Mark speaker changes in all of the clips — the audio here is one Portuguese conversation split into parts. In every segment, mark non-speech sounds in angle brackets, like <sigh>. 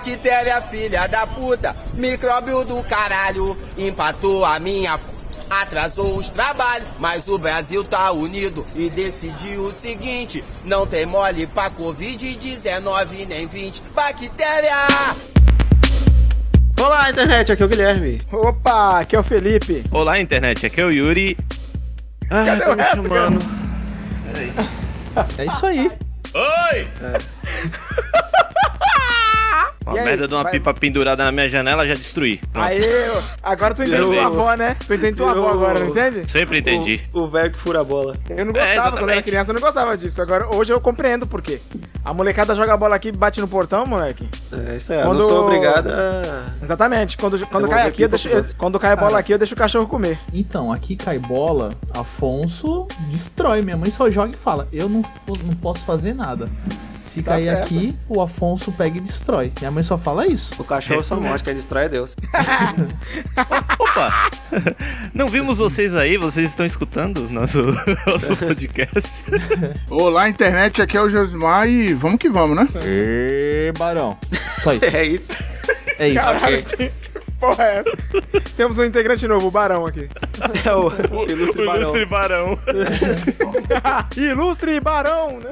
Speaker 1: bactéria, filha da puta, micróbio do caralho, empatou a minha. Atrasou os trabalhos, mas o Brasil tá unido e decidiu o seguinte: não tem mole pra Covid-19 nem 20. Bactéria!
Speaker 2: Olá, internet, aqui é o Guilherme.
Speaker 3: Opa, aqui é o Felipe.
Speaker 4: Olá, internet, aqui é o Yuri.
Speaker 2: Ah,
Speaker 3: Cadê
Speaker 4: Então
Speaker 2: tô
Speaker 3: o
Speaker 2: me
Speaker 3: resto,
Speaker 2: chamando. É isso aí.
Speaker 4: Oi!
Speaker 3: E
Speaker 4: Uma
Speaker 3: aí,
Speaker 4: merda de uma
Speaker 3: vai-
Speaker 4: pipa pendurada na minha janela já destruí. Pronto.
Speaker 3: Aí, eu- agora tu entende
Speaker 4: Eu-
Speaker 3: tua avó, né? Tu entende tua avó
Speaker 2: Eu-
Speaker 3: agora, não entende?
Speaker 4: Sempre entendi.
Speaker 2: O o velho que fura a bola.
Speaker 3: Eu não gostava, quando
Speaker 4: É,
Speaker 3: eu era
Speaker 4: exatamente.
Speaker 3: criança, eu não gostava disso. Agora, hoje eu compreendo por quê. A molecada joga a bola aqui e bate no portão, moleque.
Speaker 2: É isso aí, eu
Speaker 3: Quando-
Speaker 2: não sou obrigado a...
Speaker 3: Exatamente. Quando, quando
Speaker 2: Devolver
Speaker 3: cai aqui, eu
Speaker 2: pipa
Speaker 3: deixo,
Speaker 2: pros
Speaker 3: eu- quando cai a
Speaker 2: Ah.
Speaker 3: bola aqui, eu deixo o cachorro
Speaker 2: <laughs>
Speaker 3: comer.
Speaker 5: Então, aqui cai bola, Afonso destrói. Minha mãe só joga e fala: Eu não, não posso fazer nada. Se
Speaker 3: Tá
Speaker 5: cair
Speaker 3: certo.
Speaker 5: aqui, o Afonso pega e destrói. Minha mãe só fala isso.
Speaker 2: O cachorro só morre, quer destrói é Deus.
Speaker 4: Opa! Não vimos vocês aí, vocês estão escutando nosso, <laughs> nosso podcast.
Speaker 6: Olá, internet, aqui é o Josimar e vamos que vamos, né?
Speaker 5: Ê, Barão. Só
Speaker 2: <laughs>
Speaker 5: isso.
Speaker 2: É isso.
Speaker 5: É isso.
Speaker 3: Caralho, que, que porra é essa? Temos um integrante novo, o Barão aqui. <laughs>
Speaker 2: É o, o ilustre
Speaker 4: O
Speaker 2: barão.
Speaker 4: ilustre barão.
Speaker 3: Ilustre Barão, né?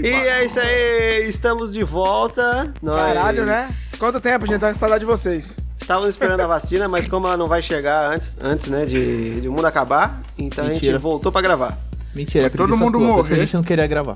Speaker 2: E é isso aí, estamos de volta. Nós
Speaker 3: Caralho, né? Quanto tempo, gente? Tá com saudade de vocês.
Speaker 2: Estávamos esperando a vacina, mas como ela não vai chegar antes, antes né, de, de o mundo acabar, então a gente
Speaker 5: Mentira.
Speaker 2: voltou pra gravar.
Speaker 5: Mentira, é
Speaker 6: Todo
Speaker 5: preguiça
Speaker 6: mundo
Speaker 5: tua, por isso
Speaker 6: morrer.
Speaker 5: A gente não queria gravar.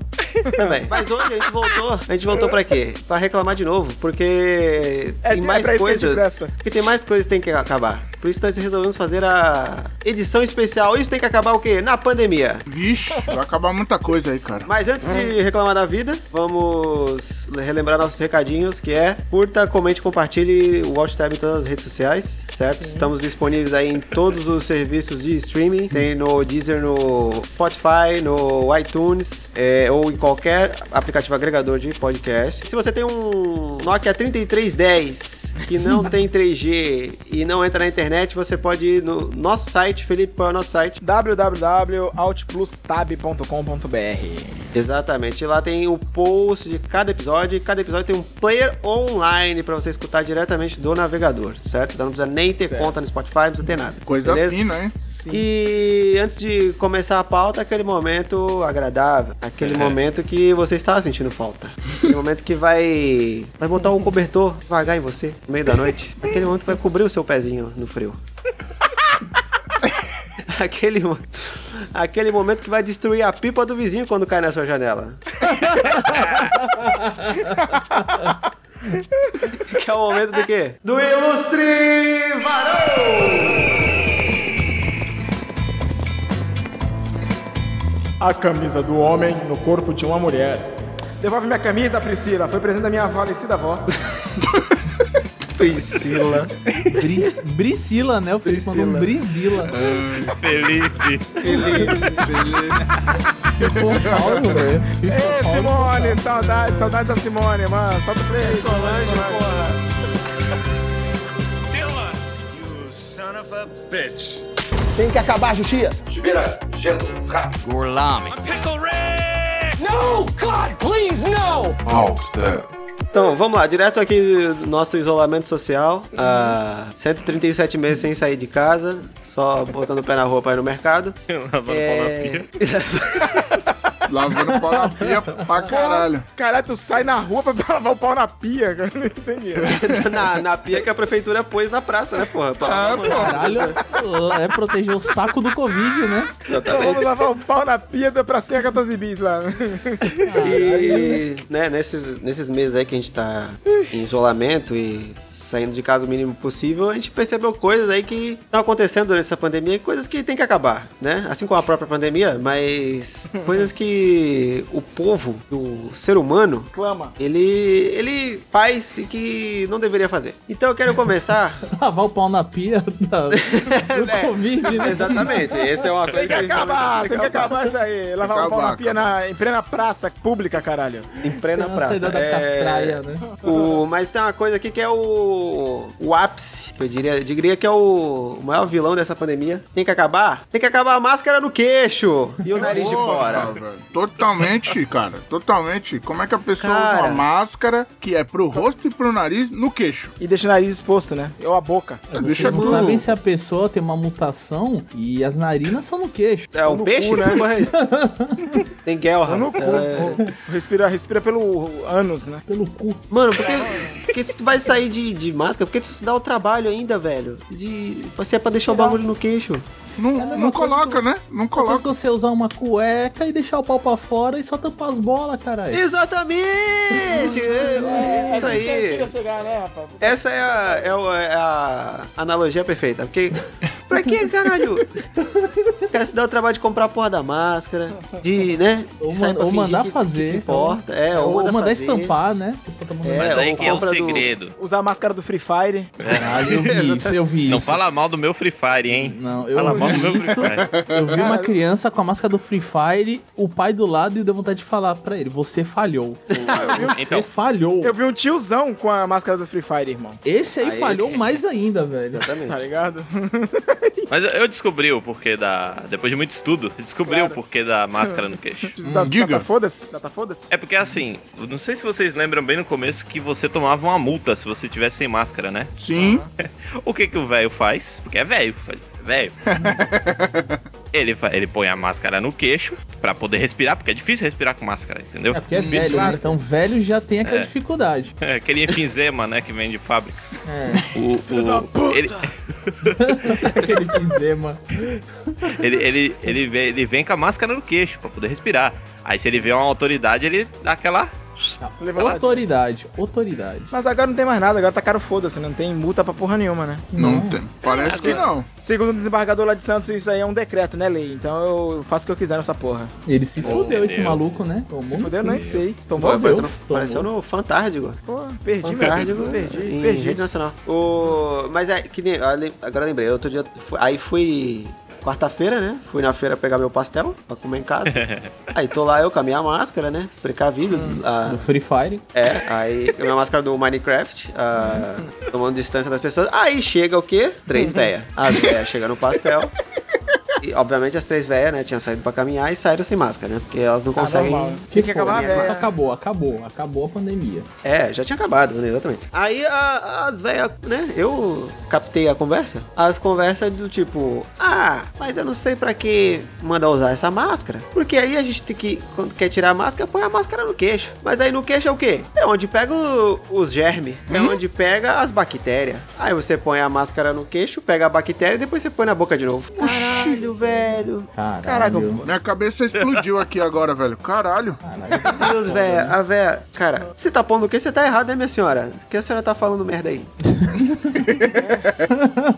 Speaker 3: <laughs>
Speaker 2: Também. Mas hoje a gente voltou. A gente voltou pra quê? Pra reclamar de novo, porque
Speaker 3: É, é
Speaker 2: tem mais
Speaker 3: pra isso que a gente
Speaker 2: coisas.
Speaker 3: presta.
Speaker 2: Porque tem mais coisas que tem que acabar. Por isso nós resolvemos fazer a edição especial. Isso tem que acabar o quê? Na pandemia.
Speaker 6: Vixe, vai acabar muita coisa aí, cara.
Speaker 2: Mas antes de reclamar da vida, vamos relembrar nossos recadinhos, que é curta, comente, compartilhe o WatchTab em todas as redes sociais, certo? Estamos disponíveis aí em todos os serviços de streaming, tem no Deezer, no Spotify, no iTunes, é, ou em qualquer aplicativo agregador de podcast. Se você tem um Nokia 3310 que não tem 3G e não entra na internet, você pode ir no nosso site, Felipe, qual é o nosso site?
Speaker 3: www.altplustab.com.br
Speaker 2: Exatamente. Lá tem o post de cada episódio. e Cada episódio tem um player online pra você escutar diretamente do navegador, certo? Então não precisa nem ter
Speaker 3: Certo.
Speaker 2: conta no Spotify, não precisa ter nada.
Speaker 6: Coisa
Speaker 2: beleza?
Speaker 6: fina, hein?
Speaker 3: Sim.
Speaker 2: E antes de começar a pauta, aquele momento agradável, aquele momento que você estava sentindo falta, aquele momento que vai vai botar um cobertor devagar em você no meio da noite, aquele momento que vai cobrir o seu pezinho no frio. Aquele, mo- aquele momento que vai destruir a pipa do vizinho quando cai na sua janela. que é o momento do quê? Do ilustre varão!
Speaker 3: A camisa do homem no corpo de uma mulher. Devolve minha camisa, Priscila. Foi presente da minha falecida <laughs> avó.
Speaker 2: Priscila.
Speaker 5: Bris, Brisila, né? O Felipe mandou Brisila.
Speaker 4: Felipe.
Speaker 5: Ficou Paulo, né? velho.
Speaker 3: Ei, Simone, saudades, saudades da Simone, mano. Solta o play aí, Solange, porra.
Speaker 2: Então, vamos lá, direto aqui do nosso isolamento social. Ah, 137 meses sem sair de casa, só botando o pé na rua pra ir no mercado.
Speaker 4: <laughs> Lavando pau na pia.
Speaker 2: É...
Speaker 6: Lavando pau na pia pra caralho.
Speaker 3: Caralho, tu sai na rua pra <laughs> pra lavar o pau na pia, cara. Não <laughs> entendi.
Speaker 2: <laughs> na, na pia que a prefeitura pôs na praça, né, porra?
Speaker 6: Ah, pô.
Speaker 5: Caralho, é proteger o saco do Covid, né?
Speaker 3: Então vamos lavar o pau na pia deu pra 114 bis <laughs> lá.
Speaker 2: E né, nesses, nesses meses aí que a gente tá em isolamento e saindo de casa o mínimo possível, a gente percebeu coisas aí que estão acontecendo durante essa pandemia, coisas que tem que acabar, né? Assim como a própria pandemia,
Speaker 3: <laughs>
Speaker 2: mas coisas que o povo, o ser humano,
Speaker 3: Clama.
Speaker 2: ele, ele faz e que não deveria fazer. Então eu quero começar.
Speaker 3: <laughs>
Speaker 5: Lavar o pau na pia da- do
Speaker 2: É,
Speaker 5: Covid, né?
Speaker 2: Exatamente, essa é uma
Speaker 3: Tem
Speaker 2: coisa
Speaker 3: que acabar, tem que acabar isso aí. Lavar o pau na
Speaker 6: acabar,
Speaker 3: pia na, em plena praça pública, caralho.
Speaker 2: Em plena
Speaker 5: Na
Speaker 2: praça.
Speaker 5: saída da
Speaker 2: É,
Speaker 5: praia, né?
Speaker 2: O- mas tem uma coisa aqui que é o, o ápice, que eu diria, eu diria que é o, o maior vilão dessa pandemia. Tem que acabar? Tem que acabar a máscara no queixo e o nariz de
Speaker 6: Porra,
Speaker 2: fora.
Speaker 6: velho. Totalmente, cara. Totalmente. Como é que a pessoa usa
Speaker 2: Cara.
Speaker 6: uma máscara que é pro pro rosto e pro nariz no queixo.
Speaker 3: E deixa o nariz exposto, né? Ou a boca.
Speaker 5: É,
Speaker 6: deixa
Speaker 5: Vocês não
Speaker 6: cru.
Speaker 5: sabem se a pessoa tem uma mutação e as narinas são no queixo.
Speaker 2: É um
Speaker 3: No
Speaker 2: peixe?
Speaker 3: cu, né?
Speaker 2: Que porra é isso?
Speaker 3: <laughs>
Speaker 2: Tem guerra.
Speaker 3: Tá No cu. Respira, respira pelo ânus, né?
Speaker 5: Pelo cu.
Speaker 2: Mano, porque, porque se tu vai sair de, de máscara, porque tu se dá o trabalho ainda, velho. De, se é pra deixar o bagulho no queixo.
Speaker 6: Não,
Speaker 5: a mesma
Speaker 6: não
Speaker 5: coisa
Speaker 6: coloca,
Speaker 5: que-
Speaker 6: né? Não
Speaker 5: Coloca
Speaker 6: coloca.
Speaker 5: você usar uma cueca e deixar o pau pra fora e só tampar as bolas, caralho.
Speaker 2: Exatamente! É, isso aí. Essa é a, é o- é a analogia perfeita. Porque. Pra que, caralho? O cara se dá o trabalho de comprar a porra da máscara, de, né? de
Speaker 5: Ou,
Speaker 2: sair
Speaker 5: man-
Speaker 2: pra
Speaker 5: ou
Speaker 2: fingir
Speaker 5: mandar
Speaker 2: que- que
Speaker 5: fazer.
Speaker 2: se importa. É, ou,
Speaker 5: ou mandar
Speaker 2: fazer.
Speaker 5: estampar, né? Você só tá mandando-
Speaker 2: É,
Speaker 7: Mas aí
Speaker 2: ou
Speaker 7: que é o
Speaker 2: compra do-
Speaker 7: segredo.
Speaker 3: Usar a máscara do Free Fire.
Speaker 5: Caralho, Ah, eu
Speaker 2: <laughs>
Speaker 5: vi isso, eu vi
Speaker 4: Não
Speaker 5: isso.
Speaker 4: fala mal do meu Free Fire, hein?
Speaker 5: Não, eu
Speaker 4: Fala mal do
Speaker 5: vi
Speaker 4: meu Free
Speaker 5: isso. <laughs>
Speaker 4: Fire.
Speaker 5: Eu vi uma criança com a máscara do Free Fire, o pai do lado e deu vontade de falar pra ele: Você falhou. Você
Speaker 4: Então,
Speaker 5: falhou.
Speaker 3: Eu vi um tiozão com a máscara do Free Fire, irmão.
Speaker 5: Esse aí
Speaker 2: Aí,
Speaker 5: falhou
Speaker 2: esse-
Speaker 5: mais ainda, velho.
Speaker 3: Tá
Speaker 2: Exatamente.
Speaker 3: ligado?
Speaker 4: mas eu- eu descobri o porquê da. Depois de muito estudo, eu descobri o porquê da máscara no queixo.
Speaker 3: Da-
Speaker 6: diga.
Speaker 3: Data foda-se? Data foda-se?
Speaker 4: É porque assim, eu não sei se vocês lembram bem no começo que você tomava uma multa se você tivesse sem máscara, né?
Speaker 6: Sim.
Speaker 4: O que que o velho faz? Porque é velho, faz- é velho. ele, fa- ele põe a máscara no queixo pra poder respirar, porque é difícil respirar com máscara, entendeu?
Speaker 5: É porque é
Speaker 4: Difícil.
Speaker 5: velho, né? Então velho já tem aquela dificuldade. <laughs>
Speaker 4: É, aquele enfisema, né, que vem de fábrica.
Speaker 5: É.
Speaker 4: O, o, ele, <laughs>
Speaker 5: aquele pisema.
Speaker 4: ele, ele, ele, vem, ele vem com a máscara no queixo pra poder respirar. Aí se ele vê uma autoridade, ele dá aquela... "Ah,
Speaker 3: Levantado.
Speaker 5: Tá. Autoridade, autoridade.
Speaker 3: Mas agora não tem mais nada, agora tá caro foda-se, não tem multa pra porra nenhuma, né?
Speaker 6: Não, tem. Parece que não.
Speaker 3: Segundo o desembargador lá de Santos, isso aí é um decreto, né, lei? Então eu faço o que eu quiser nessa porra.
Speaker 5: Ele se fudeu, esse
Speaker 4: Deus.
Speaker 5: maluco, né? Tomou
Speaker 3: Se
Speaker 5: um
Speaker 3: fudeu,
Speaker 5: cu.
Speaker 3: nem sei. Tomou,
Speaker 2: Pô, um apareceu,
Speaker 3: Deus.
Speaker 2: no,
Speaker 5: Tomou.
Speaker 2: apareceu no Fantárdigo.
Speaker 3: Pô, perdi, meu
Speaker 2: Fantástico,
Speaker 3: amigo. Perdi,
Speaker 2: em
Speaker 3: perdi.
Speaker 2: rede nacional. O... Mas é que nem. ah, lem- Agora eu lembrei, outro dia. eu fui- Aí fui. Quarta-feira, né? Fui na feira pegar meu pastel pra comer em
Speaker 3: <laughs>
Speaker 2: casa. aí tô lá eu com a minha máscara, né? Precavido.
Speaker 3: Hum.
Speaker 2: a-
Speaker 5: Do Free Fire.
Speaker 2: é, aí
Speaker 3: <laughs>
Speaker 2: com a minha máscara do Minecraft, a- tomando distância das pessoas. Aí chega o quê? Três
Speaker 3: Uhum.
Speaker 2: véia. As véia chegam no pastel. E, obviamente, as três véias, né? Tinham saído pra caminhar e saíram sem máscara, né? Porque elas não conseguem
Speaker 3: normal, né? Tinha que acabar é. a
Speaker 2: minha
Speaker 3: véia.
Speaker 5: Acabou, acabou, acabou a pandemia.
Speaker 2: é, já tinha acabado, né? Exatamente. Aí a- as velhas, né? Eu captei a conversa. As conversas do tipo, ah, mas eu não sei pra que mandar usar essa máscara. Porque aí a gente tem que, quando quer tirar a máscara, põe a máscara no queixo. Mas aí no queixo é o quê? É onde pega o- os germes. É onde pega as bactérias. Aí você põe a máscara no queixo, pega a bactéria e depois você põe na boca de novo. Caralho, velho.
Speaker 5: Caralho.
Speaker 3: Caraca, eu-
Speaker 6: Minha cabeça explodiu aqui agora, velho. Caralho.
Speaker 5: Caralho.
Speaker 2: Deus, véia, a véia. Cara, você tá pondo o quê? Você tá errado, né, minha senhora? O que a senhora tá falando merda aí?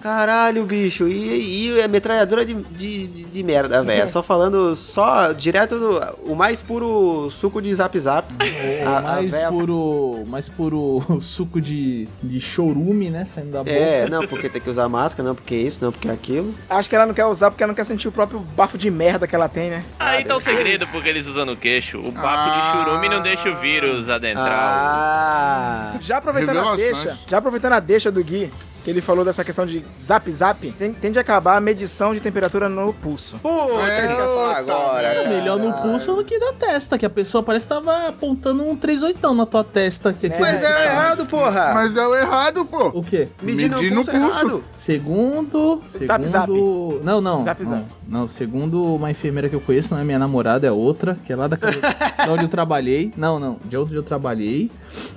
Speaker 2: Caralho, bicho. E, e é metralhadora de, de, de- de merda, véia. Só falando, só direto do. O mais puro suco de zap zap.
Speaker 5: O
Speaker 2: É, A- a
Speaker 5: mais
Speaker 2: véia-
Speaker 5: puro, mais puro <laughs> suco de, de chorume, né? Saindo da boca.
Speaker 2: É, não, porque tem que usar máscara, não, porque isso, não, porque aquilo.
Speaker 3: Acho que ela não quer usar porque ela não quer sentir o próprio bafo de merda que ela tem, né?
Speaker 4: Aí tá o
Speaker 5: é
Speaker 4: segredo porque eles usam no queixo. O bafo de
Speaker 5: Ah.
Speaker 4: churume não deixa o vírus adentrar.
Speaker 2: Ah!
Speaker 3: Já aproveitando a
Speaker 6: Revelações.
Speaker 3: deixa, já aproveitando a deixa do Gui, que ele falou dessa questão de zap zap, tem, tem de acabar a medição de temperatura no pulso.
Speaker 2: Pô, é, que eu ia falar agora.
Speaker 5: É melhor no pulso do que na testa, que a pessoa parece que tava apontando um 38 na tua testa. Que aquele-
Speaker 2: Mas é errado, porra!
Speaker 6: Mas é o errado, pô.
Speaker 5: O quê?
Speaker 2: Medir no
Speaker 6: Medir no
Speaker 2: pulso, é
Speaker 6: pulso.
Speaker 2: errado.
Speaker 5: Segundo.
Speaker 3: Zap,
Speaker 5: segundo
Speaker 3: zap.
Speaker 5: Não, não.
Speaker 3: Zap,
Speaker 5: não,
Speaker 3: zap.
Speaker 5: não, segundo uma enfermeira que eu conheço, não é minha namorada, é outra, que é lá da casa de <laughs> onde eu trabalhei. Não, não, de onde eu trabalhei.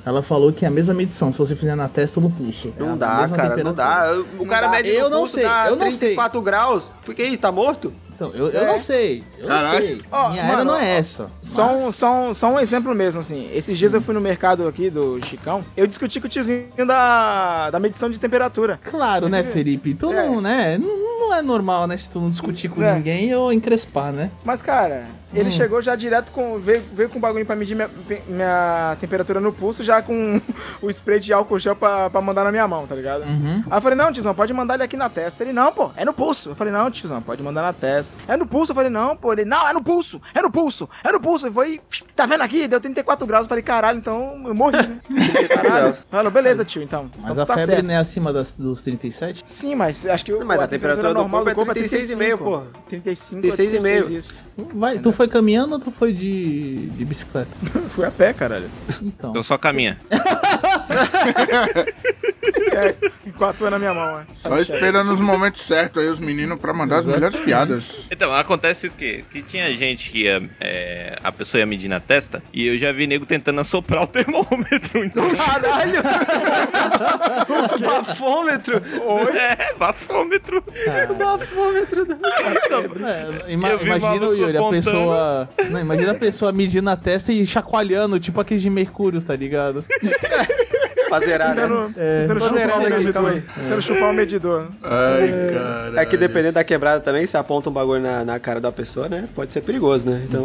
Speaker 5: Ela falou que é a mesma medição, se você fizer na testa ou no pulso. É a
Speaker 2: Não dá,
Speaker 5: mesma
Speaker 2: cara, não
Speaker 5: temperatura.
Speaker 2: dá. O cara
Speaker 5: dá.
Speaker 2: mede
Speaker 5: Eu
Speaker 2: no
Speaker 5: não
Speaker 2: pulso,
Speaker 5: sei,
Speaker 2: dá
Speaker 5: eu não
Speaker 2: 34 graus. Por que isso? Tá morto?
Speaker 5: Então, eu, eu não sei. Eu
Speaker 6: Caralho.
Speaker 5: não sei.
Speaker 3: É. Ó,
Speaker 5: minha
Speaker 3: mano,
Speaker 5: era não
Speaker 3: ó,
Speaker 5: é essa.
Speaker 3: Só
Speaker 5: mas-
Speaker 3: um, só, um, só um exemplo mesmo, assim. Esses dias eu fui no mercado aqui do Chicão, eu discuti com o tiozinho da, da medição de temperatura.
Speaker 5: Claro, né,
Speaker 3: Esse-
Speaker 5: Felipe? Tu
Speaker 3: É.
Speaker 5: não, né? Não, não é normal, né? Se tu não discutir com
Speaker 3: É.
Speaker 5: ninguém ou encrespar, né?
Speaker 3: Mas, cara,
Speaker 5: Hum.
Speaker 3: ele chegou já direto com. Veio, veio com o bagulho pra medir minha, pe- minha temperatura no pulso, já com <laughs> o spray de álcool gel pra, pra mandar na minha mão, tá ligado?
Speaker 5: Uhum.
Speaker 3: Aí eu falei, não, tiozão, pode mandar ele aqui na testa. Ele, não, pô, é no pulso. Eu falei, não, tiozão, pode mandar na testa. É no pulso, eu falei, não, pô. Ele, não, é no pulso, é no pulso, é no pulso. E foi, tá vendo aqui? Deu 34 graus. Eu falei, caralho, então eu morri,
Speaker 5: <laughs>
Speaker 3: né? caralho. Falou, beleza, tio, então.
Speaker 5: Mas
Speaker 3: então
Speaker 5: a
Speaker 3: tu tá
Speaker 5: febre
Speaker 3: certo.
Speaker 5: não é acima das- dos 37?
Speaker 3: Sim, mas acho que o-
Speaker 2: Mas a temperatura do
Speaker 3: normal
Speaker 2: corpo é
Speaker 3: do corpo é
Speaker 2: 36,5,
Speaker 3: 35,
Speaker 2: pô.
Speaker 3: 35,
Speaker 2: 36,5.
Speaker 3: 36,5.
Speaker 5: Vai, tu foi caminhando, outro foi de,
Speaker 3: <laughs>
Speaker 5: de bicicleta.
Speaker 3: Fui a pé, caralho.
Speaker 5: Então.
Speaker 4: Então só caminha.
Speaker 3: É, com a tua na minha mão, é.
Speaker 6: Só Tá esperando os momentos certos aí, os meninos, pra mandar as melhores piadas.
Speaker 4: Então, acontece o quê? Que tinha gente que ia, é, a pessoa ia medir na testa e eu já vi nego tentando assoprar o termômetro. <laughs> Então,
Speaker 2: Caralho! o bafômetro!
Speaker 4: é, bafômetro.
Speaker 2: O bafômetro!
Speaker 4: Então,
Speaker 5: É, ima-
Speaker 4: Eu vi o
Speaker 5: imagina,
Speaker 4: maluco
Speaker 5: Yuri, a
Speaker 4: apontando.
Speaker 5: pessoa. Não, imagina a pessoa medindo a testa e chacoalhando, tipo aquele de Mercúrio, tá ligado? <laughs>
Speaker 2: Fazerar, né?
Speaker 3: Tentando, tentando
Speaker 2: Tô
Speaker 3: chupar
Speaker 2: zerando
Speaker 3: o
Speaker 2: aqui,
Speaker 3: medidor.
Speaker 2: calma aí.
Speaker 3: Tentando chupar o medidor.
Speaker 6: Ai, cara.
Speaker 2: É que dependendo da quebrada também, se aponta um bagulho na, na cara da pessoa, né? Pode ser perigoso, né?
Speaker 5: <laughs>
Speaker 2: Então,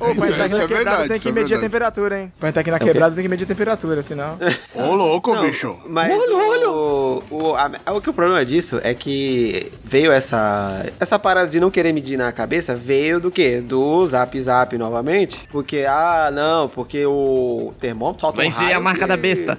Speaker 3: Ô, pra entrar aqui
Speaker 6: isso
Speaker 3: na
Speaker 6: é
Speaker 3: quebrada
Speaker 6: verdade,
Speaker 3: tem
Speaker 6: isso
Speaker 3: que medir
Speaker 6: é
Speaker 3: a
Speaker 6: verdade.
Speaker 3: temperatura, hein? Pra entrar aqui na quebrada tem que medir a temperatura, senão.
Speaker 6: Ô, louco, bicho.
Speaker 2: mas
Speaker 5: Olha,
Speaker 2: o-
Speaker 5: olha.
Speaker 2: O, a- o que o problema disso é que veio essa essa parada de não querer medir na cabeça veio do quê? Do Zap Zap novamente, porque ah não, porque o termômetro solta um
Speaker 4: Vai ser
Speaker 2: raio
Speaker 4: é a marca
Speaker 2: que-
Speaker 4: da besta.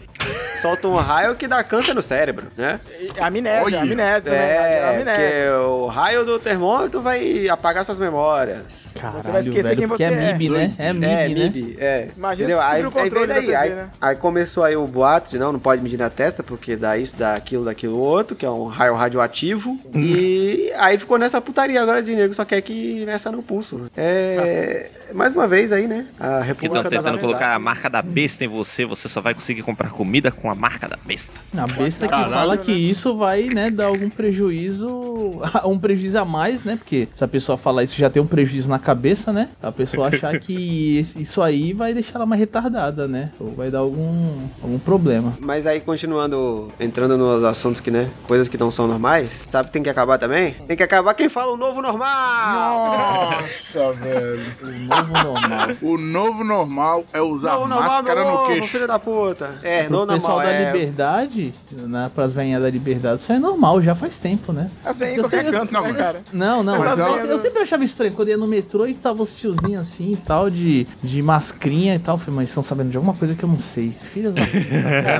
Speaker 2: Solta um raio que dá câncer no cérebro, né?
Speaker 3: E a É Amnésia,
Speaker 6: Olha.
Speaker 3: a amnésia, na verdade, a amnésia.
Speaker 2: É, porque o raio do termômetro vai apagar suas memórias.
Speaker 5: Caralho,
Speaker 3: vai esquecer quem
Speaker 5: porque
Speaker 3: você
Speaker 5: é.
Speaker 3: é.
Speaker 5: MIB, né? É MIB,
Speaker 2: é,
Speaker 5: né?
Speaker 2: MIB, é.
Speaker 3: Imagina
Speaker 2: Entendeu?
Speaker 3: se
Speaker 2: Aí,
Speaker 3: descobrir o
Speaker 2: aí
Speaker 3: controle
Speaker 2: veio
Speaker 3: da
Speaker 2: daí,
Speaker 3: TV,
Speaker 2: aí,
Speaker 3: né?
Speaker 2: aí começou aí o boato de não, não pode medir na testa, porque dá isso, dá aquilo, daquilo outro, que é um raio radioativo. e aí ficou nessa putaria agora de nego, só quer que meça no pulso. né? É.
Speaker 3: Ah.
Speaker 2: Mais uma vez aí, né? A
Speaker 4: Que
Speaker 2: República tá
Speaker 4: estão
Speaker 2: das
Speaker 4: Então, tá tentando
Speaker 2: Amizades.
Speaker 4: colocar a marca da besta em você, você só vai conseguir comprar comida com a marca da besta.
Speaker 5: A besta que
Speaker 6: Caralho,
Speaker 5: fala
Speaker 3: né?
Speaker 5: que isso vai, né, dar algum prejuízo, <laughs> um prejuízo a mais, né? Porque se a pessoa falar isso já tem um prejuízo na cabeça, né? A pessoa achar que esse- isso aí vai deixar ela mais retardada, né? Ou vai dar algum, algum problema.
Speaker 2: Mas aí, continuando, entrando nos assuntos que, né? Coisas que não são normais. Sabe o que tem que acabar também? Tem que acabar quem fala o novo normal!
Speaker 6: Nossa, velho.
Speaker 5: O novo normal.
Speaker 6: O novo normal é usar
Speaker 2: Novo
Speaker 6: máscara
Speaker 2: novo,
Speaker 6: no queixo.
Speaker 2: filho da puta. É,
Speaker 5: Pro
Speaker 2: não
Speaker 5: pessoal
Speaker 2: normal,
Speaker 5: da
Speaker 2: é...
Speaker 5: liberdade, né, pras veinhas da liberdade, isso é normal, já faz tempo, né?
Speaker 3: As vem em
Speaker 5: Eu
Speaker 3: Tá qualquer
Speaker 5: sei-
Speaker 3: canto,
Speaker 6: não,
Speaker 3: né,
Speaker 6: mas-
Speaker 3: cara?
Speaker 5: Não, não,
Speaker 3: Mas
Speaker 5: mas
Speaker 3: as
Speaker 5: eu,
Speaker 3: veinhas
Speaker 5: eu
Speaker 3: do-
Speaker 5: sempre achava estranho quando ia no metrô e tava os tiozinhos assim e tal, de, de mascrinha e tal. Eu Falei, mas estão sabendo de alguma coisa que eu não sei. Filhas da
Speaker 3: <laughs>
Speaker 5: puta.
Speaker 2: É,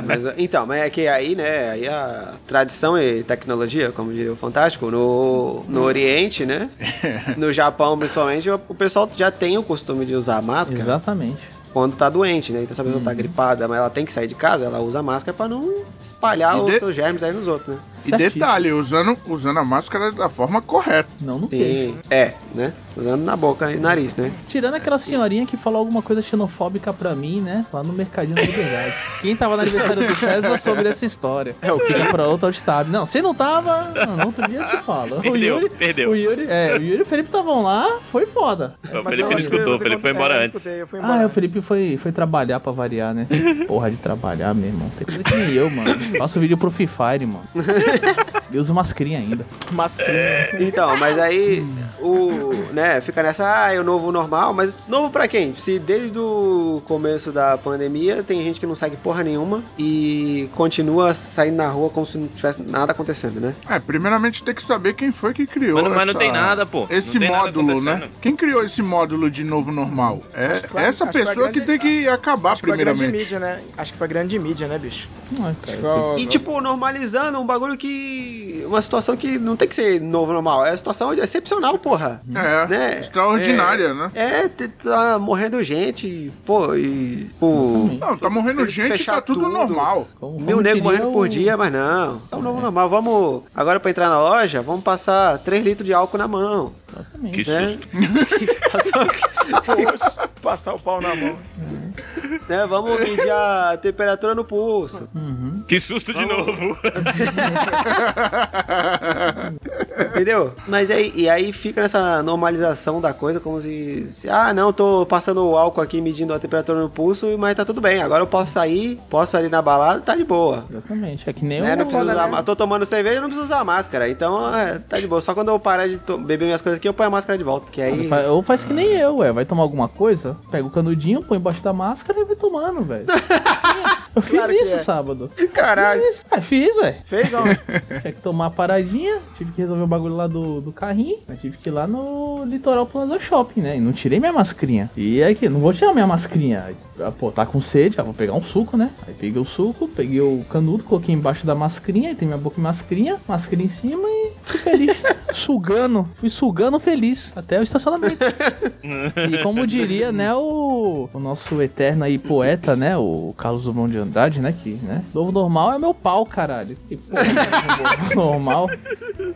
Speaker 5: <laughs>
Speaker 2: mas, então, mas é que aí, né, aí a tradição e tecnologia, como diria o Fantástico, no, no Oriente, né, no Japão principalmente, o o pessoal já tem o costume de usar máscara
Speaker 5: Exatamente.
Speaker 2: quando tá doente, né, então se a pessoa
Speaker 5: Uhum.
Speaker 2: tá gripada, mas ela tem que sair de casa, ela usa máscara pra não espalhar
Speaker 6: E
Speaker 2: os
Speaker 6: de-
Speaker 2: seus germes aí nos outros, né.
Speaker 6: E
Speaker 5: Certíssimo.
Speaker 6: detalhe, usando, usando a máscara da forma correta.
Speaker 5: Não, não tem.
Speaker 2: Sim, é, né, usando na boca e nariz, né.
Speaker 5: Tirando aquela senhorinha que falou alguma coisa xenofóbica pra mim, né? Lá no Mercadinho da Liberdade. Quem tava no aniversário do César soube dessa história. É o que? Pra outro estado. Não, você não tava. Não, no outro dia eu te falo. o
Speaker 4: Perdeu,
Speaker 5: Yuri,
Speaker 4: perdeu.
Speaker 5: O Yuri, é, o Yuri e o Felipe estavam lá, foi foda.
Speaker 4: o
Speaker 3: Mas
Speaker 4: Felipe
Speaker 3: eu-
Speaker 4: não escutou, o
Speaker 3: você
Speaker 4: Felipe foi
Speaker 3: conta-
Speaker 4: embora
Speaker 3: é, eu
Speaker 4: antes.
Speaker 3: escutei, eu fui embora
Speaker 5: Ah, é, o
Speaker 3: antes.
Speaker 5: Felipe foi, foi trabalhar pra variar, né? Porra de trabalhar mesmo. irmão. Tem coisa que nem eu, mano. Faço vídeo pro Free Fire, mano. Eu uso mascarinha ainda.
Speaker 3: Mas
Speaker 2: Então, mas aí o, né, fica nessa, ah, é o novo normal, mas novo pra quem? Se desde o começo da pandemia tem gente que não segue porra nenhuma e continua saindo na rua como se não tivesse nada acontecendo, né?
Speaker 6: É, primeiramente tem que saber quem foi que criou.
Speaker 4: Mano, mas não
Speaker 6: essa-
Speaker 4: tem nada, pô.
Speaker 6: Esse
Speaker 4: Não tem nada
Speaker 6: módulo, né?
Speaker 4: acontecendo.
Speaker 6: Quem criou esse módulo de novo normal? É
Speaker 3: que foi-
Speaker 6: essa
Speaker 3: acho que foi a
Speaker 6: pessoa que
Speaker 3: grande-
Speaker 6: tem que acabar,
Speaker 3: acho que foi a grande
Speaker 6: primeiramente.
Speaker 3: mídia, né? Acho que foi a grande mídia, né, bicho?
Speaker 5: Ai,
Speaker 3: Acho que
Speaker 5: cara.
Speaker 3: foi o-
Speaker 2: E tipo, normalizando um bagulho que. Uma situação que não tem que ser novo normal, é uma situação excepcional, porra.
Speaker 6: É,
Speaker 2: Né?
Speaker 6: extraordinária, né?
Speaker 2: É, t- tá morrendo gente, pô, e. Pô,
Speaker 6: Não, tá morrendo
Speaker 2: Teve que
Speaker 6: gente e
Speaker 2: fechar
Speaker 6: tá tudo,
Speaker 2: tudo.
Speaker 6: normal.
Speaker 5: Como-
Speaker 2: Mil
Speaker 5: como
Speaker 2: nego
Speaker 5: diria
Speaker 2: morrendo
Speaker 5: o-
Speaker 2: por dia, mas não. um- É o novo normal. Vamos. Agora pra entrar na loja, vamos passar 3 litros de álcool na mão. <laughs>
Speaker 5: Exatamente.
Speaker 4: Que
Speaker 2: Né?
Speaker 4: susto.
Speaker 3: Poxa, passar o pau na mão.
Speaker 2: Né? Vamos medir a temperatura no pulso.
Speaker 4: Que susto de novo.
Speaker 2: Entendeu? Mas aí, e aí fica nessa normalização da coisa, como se, se, Ah, não, tô passando o álcool aqui, medindo a temperatura no pulso, mas tá tudo bem. Agora eu posso sair, posso ali na balada, tá de boa.
Speaker 5: Exatamente. É que nem
Speaker 2: Né?
Speaker 5: o...
Speaker 2: Não preciso usar, ma- Tô tomando cerveja, não preciso usar máscara. Então, é, tá de boa. Só quando eu parar de to- beber minhas coisas aqui, eu ponho a máscara de volta. Que aí.
Speaker 5: Fa- Ou faz que nem eu, ué. Vai tomar alguma coisa? Pega o canudinho, põe embaixo da máscara e vai tomando,
Speaker 3: <laughs>
Speaker 5: velho. Eu fiz
Speaker 3: Claro que
Speaker 5: isso
Speaker 3: é.
Speaker 5: sábado.
Speaker 2: Caralho.
Speaker 5: Fiz, ah, fiz, ué.
Speaker 3: Fez, ó.
Speaker 5: Tinha que tomar a paradinha, tive que resolver o bagulho lá do, do carrinho. Mas tive que ir lá no Litoral Plaza Shopping, né? E não tirei minha mascrinha. E aí que não vou tirar minha mascrinha. Aí, ah, pô, tá com sede, ah, vou pegar um suco, né? Aí peguei o suco, peguei o canudo, coloquei embaixo da mascrinha, aí tem minha boca e mascrinha, mascrinha em cima e fui feliz. <laughs> sugando, fui sugando feliz até o estacionamento. e como diria, né, o, o nosso eterno aí poeta, né, o Carlos Drummond de Andrade, né, que, né, novo normal é meu pau, caralho. E, porra, <laughs> novo normal.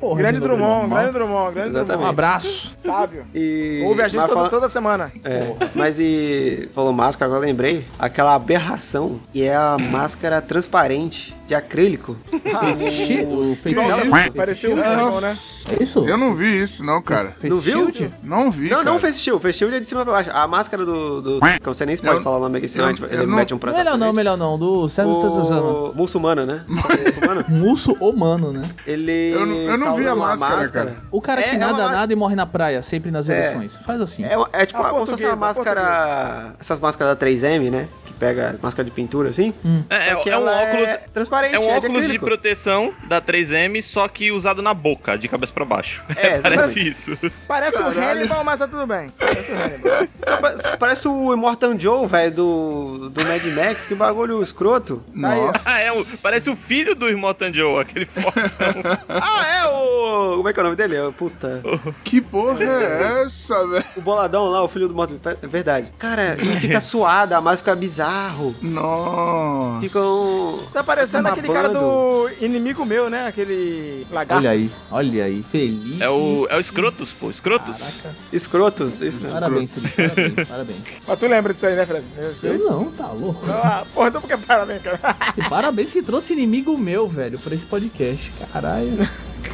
Speaker 5: Porra,
Speaker 3: Grande
Speaker 5: de novo
Speaker 3: Drummond,
Speaker 5: normal.
Speaker 3: grande Drummond, grande
Speaker 5: Um
Speaker 2: Exatamente.
Speaker 3: Drummond.
Speaker 5: abraço.
Speaker 3: Sábio.
Speaker 2: E.
Speaker 3: Ouve a gente
Speaker 2: mas
Speaker 3: toda,
Speaker 2: fala-
Speaker 3: toda semana.
Speaker 2: É, mas e. Falou máscara, agora eu lembrei. Aquela aberração que é a máscara transparente de
Speaker 6: <laughs>
Speaker 2: acrílico.
Speaker 5: Existe o
Speaker 3: Igualzinho,
Speaker 2: né?
Speaker 5: Face
Speaker 6: Ah, Nossa.
Speaker 3: Parecia o Drummond, né?
Speaker 6: Nossa,
Speaker 5: É isso?
Speaker 6: eu não vi isso, não, cara.
Speaker 5: Face
Speaker 2: Não viu?
Speaker 5: Shield?
Speaker 6: Não vi.
Speaker 2: Não,
Speaker 6: cara.
Speaker 2: não o face shield. Face shield é de cima pra baixo. A máscara do. do que você nem pode
Speaker 6: Eu-
Speaker 2: falar o nome aqui, senão
Speaker 6: eu-
Speaker 2: a gente-
Speaker 6: eu
Speaker 2: ele
Speaker 6: não-
Speaker 2: mete um processo.
Speaker 5: Melhor não,
Speaker 2: pra gente.
Speaker 5: melhor não. Do Sérgio Santana.
Speaker 2: O muçulmano,
Speaker 6: <laughs>
Speaker 2: né? O muçulmano,
Speaker 5: Musso humano, né?
Speaker 2: ele.
Speaker 6: Eu não- eu não
Speaker 2: tá
Speaker 6: vi a
Speaker 2: usando uma
Speaker 6: máscara, cara.
Speaker 5: O cara
Speaker 2: É,
Speaker 5: que
Speaker 2: é
Speaker 5: nada,
Speaker 2: uma-
Speaker 5: nada e morre na praia, sempre nas eleições. Faz assim.
Speaker 2: É, uma- é tipo
Speaker 3: A
Speaker 2: como se fosse uma
Speaker 3: portuguesa, a
Speaker 2: máscara. Essas máscaras da 3M, né? Que pega máscara de pintura assim.
Speaker 4: É,
Speaker 2: Só que
Speaker 4: é um
Speaker 2: ela
Speaker 4: óculos.
Speaker 2: É transparente,
Speaker 4: É um óculos de
Speaker 2: acrílico.
Speaker 4: proteção da 3M, só que usado na boca, de cabeça pra baixo. <laughs>
Speaker 2: É,
Speaker 4: Parece isso.
Speaker 3: Parece o Hannibal, mas tá tudo bem. Parece o Hannibal.
Speaker 2: Então, Parece- Parece o Immortan Joe, velho, do, do Mad Max. Que bagulho escroto.
Speaker 6: Nossa.
Speaker 4: Ah, é, o- parece o filho do irmão Tanjo, aquele fortão.
Speaker 2: Ah, é o. Como é que é o nome dele? É o- Puta.
Speaker 6: Que porra é essa, velho?
Speaker 2: O boladão lá, o filho do morto. É verdade. Cara, e fica suada, a máscara fica bizarro.
Speaker 6: Nossa.
Speaker 2: Fica um.
Speaker 3: Tá parecendo aquele cara
Speaker 2: babando.
Speaker 3: do inimigo meu, né? Aquele lagarto.
Speaker 5: Olha aí, olha aí, feliz.
Speaker 4: É o, é o Scrotus, pô, Scrotus.
Speaker 5: Caraca,
Speaker 2: Escrotos. Isso mesmo.
Speaker 5: parabéns, Felipe, parabéns, parabéns.
Speaker 3: Mas tu lembra disso aí, né, Fred? Eu
Speaker 5: Eu
Speaker 3: sei.
Speaker 5: não, tá louco.
Speaker 3: Ah, porra, então por que parabéns, cara?
Speaker 5: E parabéns que trouxe inimigo meu, velho, pra esse podcast. Caralho.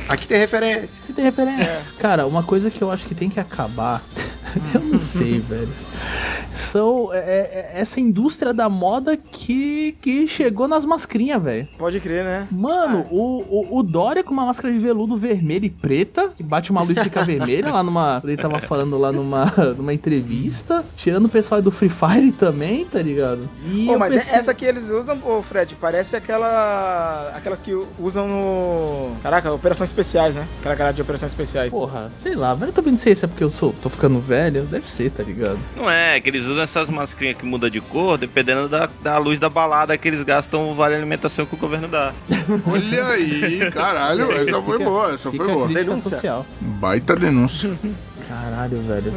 Speaker 2: Aqui tem referência.
Speaker 5: Que tem referência.
Speaker 3: É.
Speaker 5: Cara, uma coisa que eu acho que tem que acabar. <laughs> eu não
Speaker 3: Hum.
Speaker 5: sei, velho. São é- é- é essa indústria da moda que, que chegou nas mascarinhas, velho.
Speaker 3: Pode crer, né?
Speaker 5: Mano, o, o, o Dória com uma máscara de veludo vermelha e preta, que bate uma luz e fica vermelha lá numa. Ele tava falando lá numa, numa entrevista. Tirando o pessoal do Free Fire também, tá ligado? E
Speaker 3: Pô,
Speaker 5: eu
Speaker 3: mas é-
Speaker 5: pensei-
Speaker 3: essa que eles usam, ô Fred, parece aquela. aquelas que usam no. Caraca, operações especiais, né? Aquela cara de operações especiais.
Speaker 5: Porra, sei lá, velho, eu também não sei se é porque eu sou, tô ficando velho, deve ser, tá ligado?
Speaker 4: Não é, que eles usam essas mascarinhas que muda de cor, dependendo da, da luz da balada que eles gastam o vale alimentação que o governo dá.
Speaker 6: Olha aí, caralho, essa foi
Speaker 5: Fica-
Speaker 6: boa, essa
Speaker 5: fica
Speaker 6: foi
Speaker 5: a
Speaker 6: boa.
Speaker 5: crítica
Speaker 2: Denúncia.
Speaker 5: social.
Speaker 6: Baita denúncia.
Speaker 5: Caralho, velho.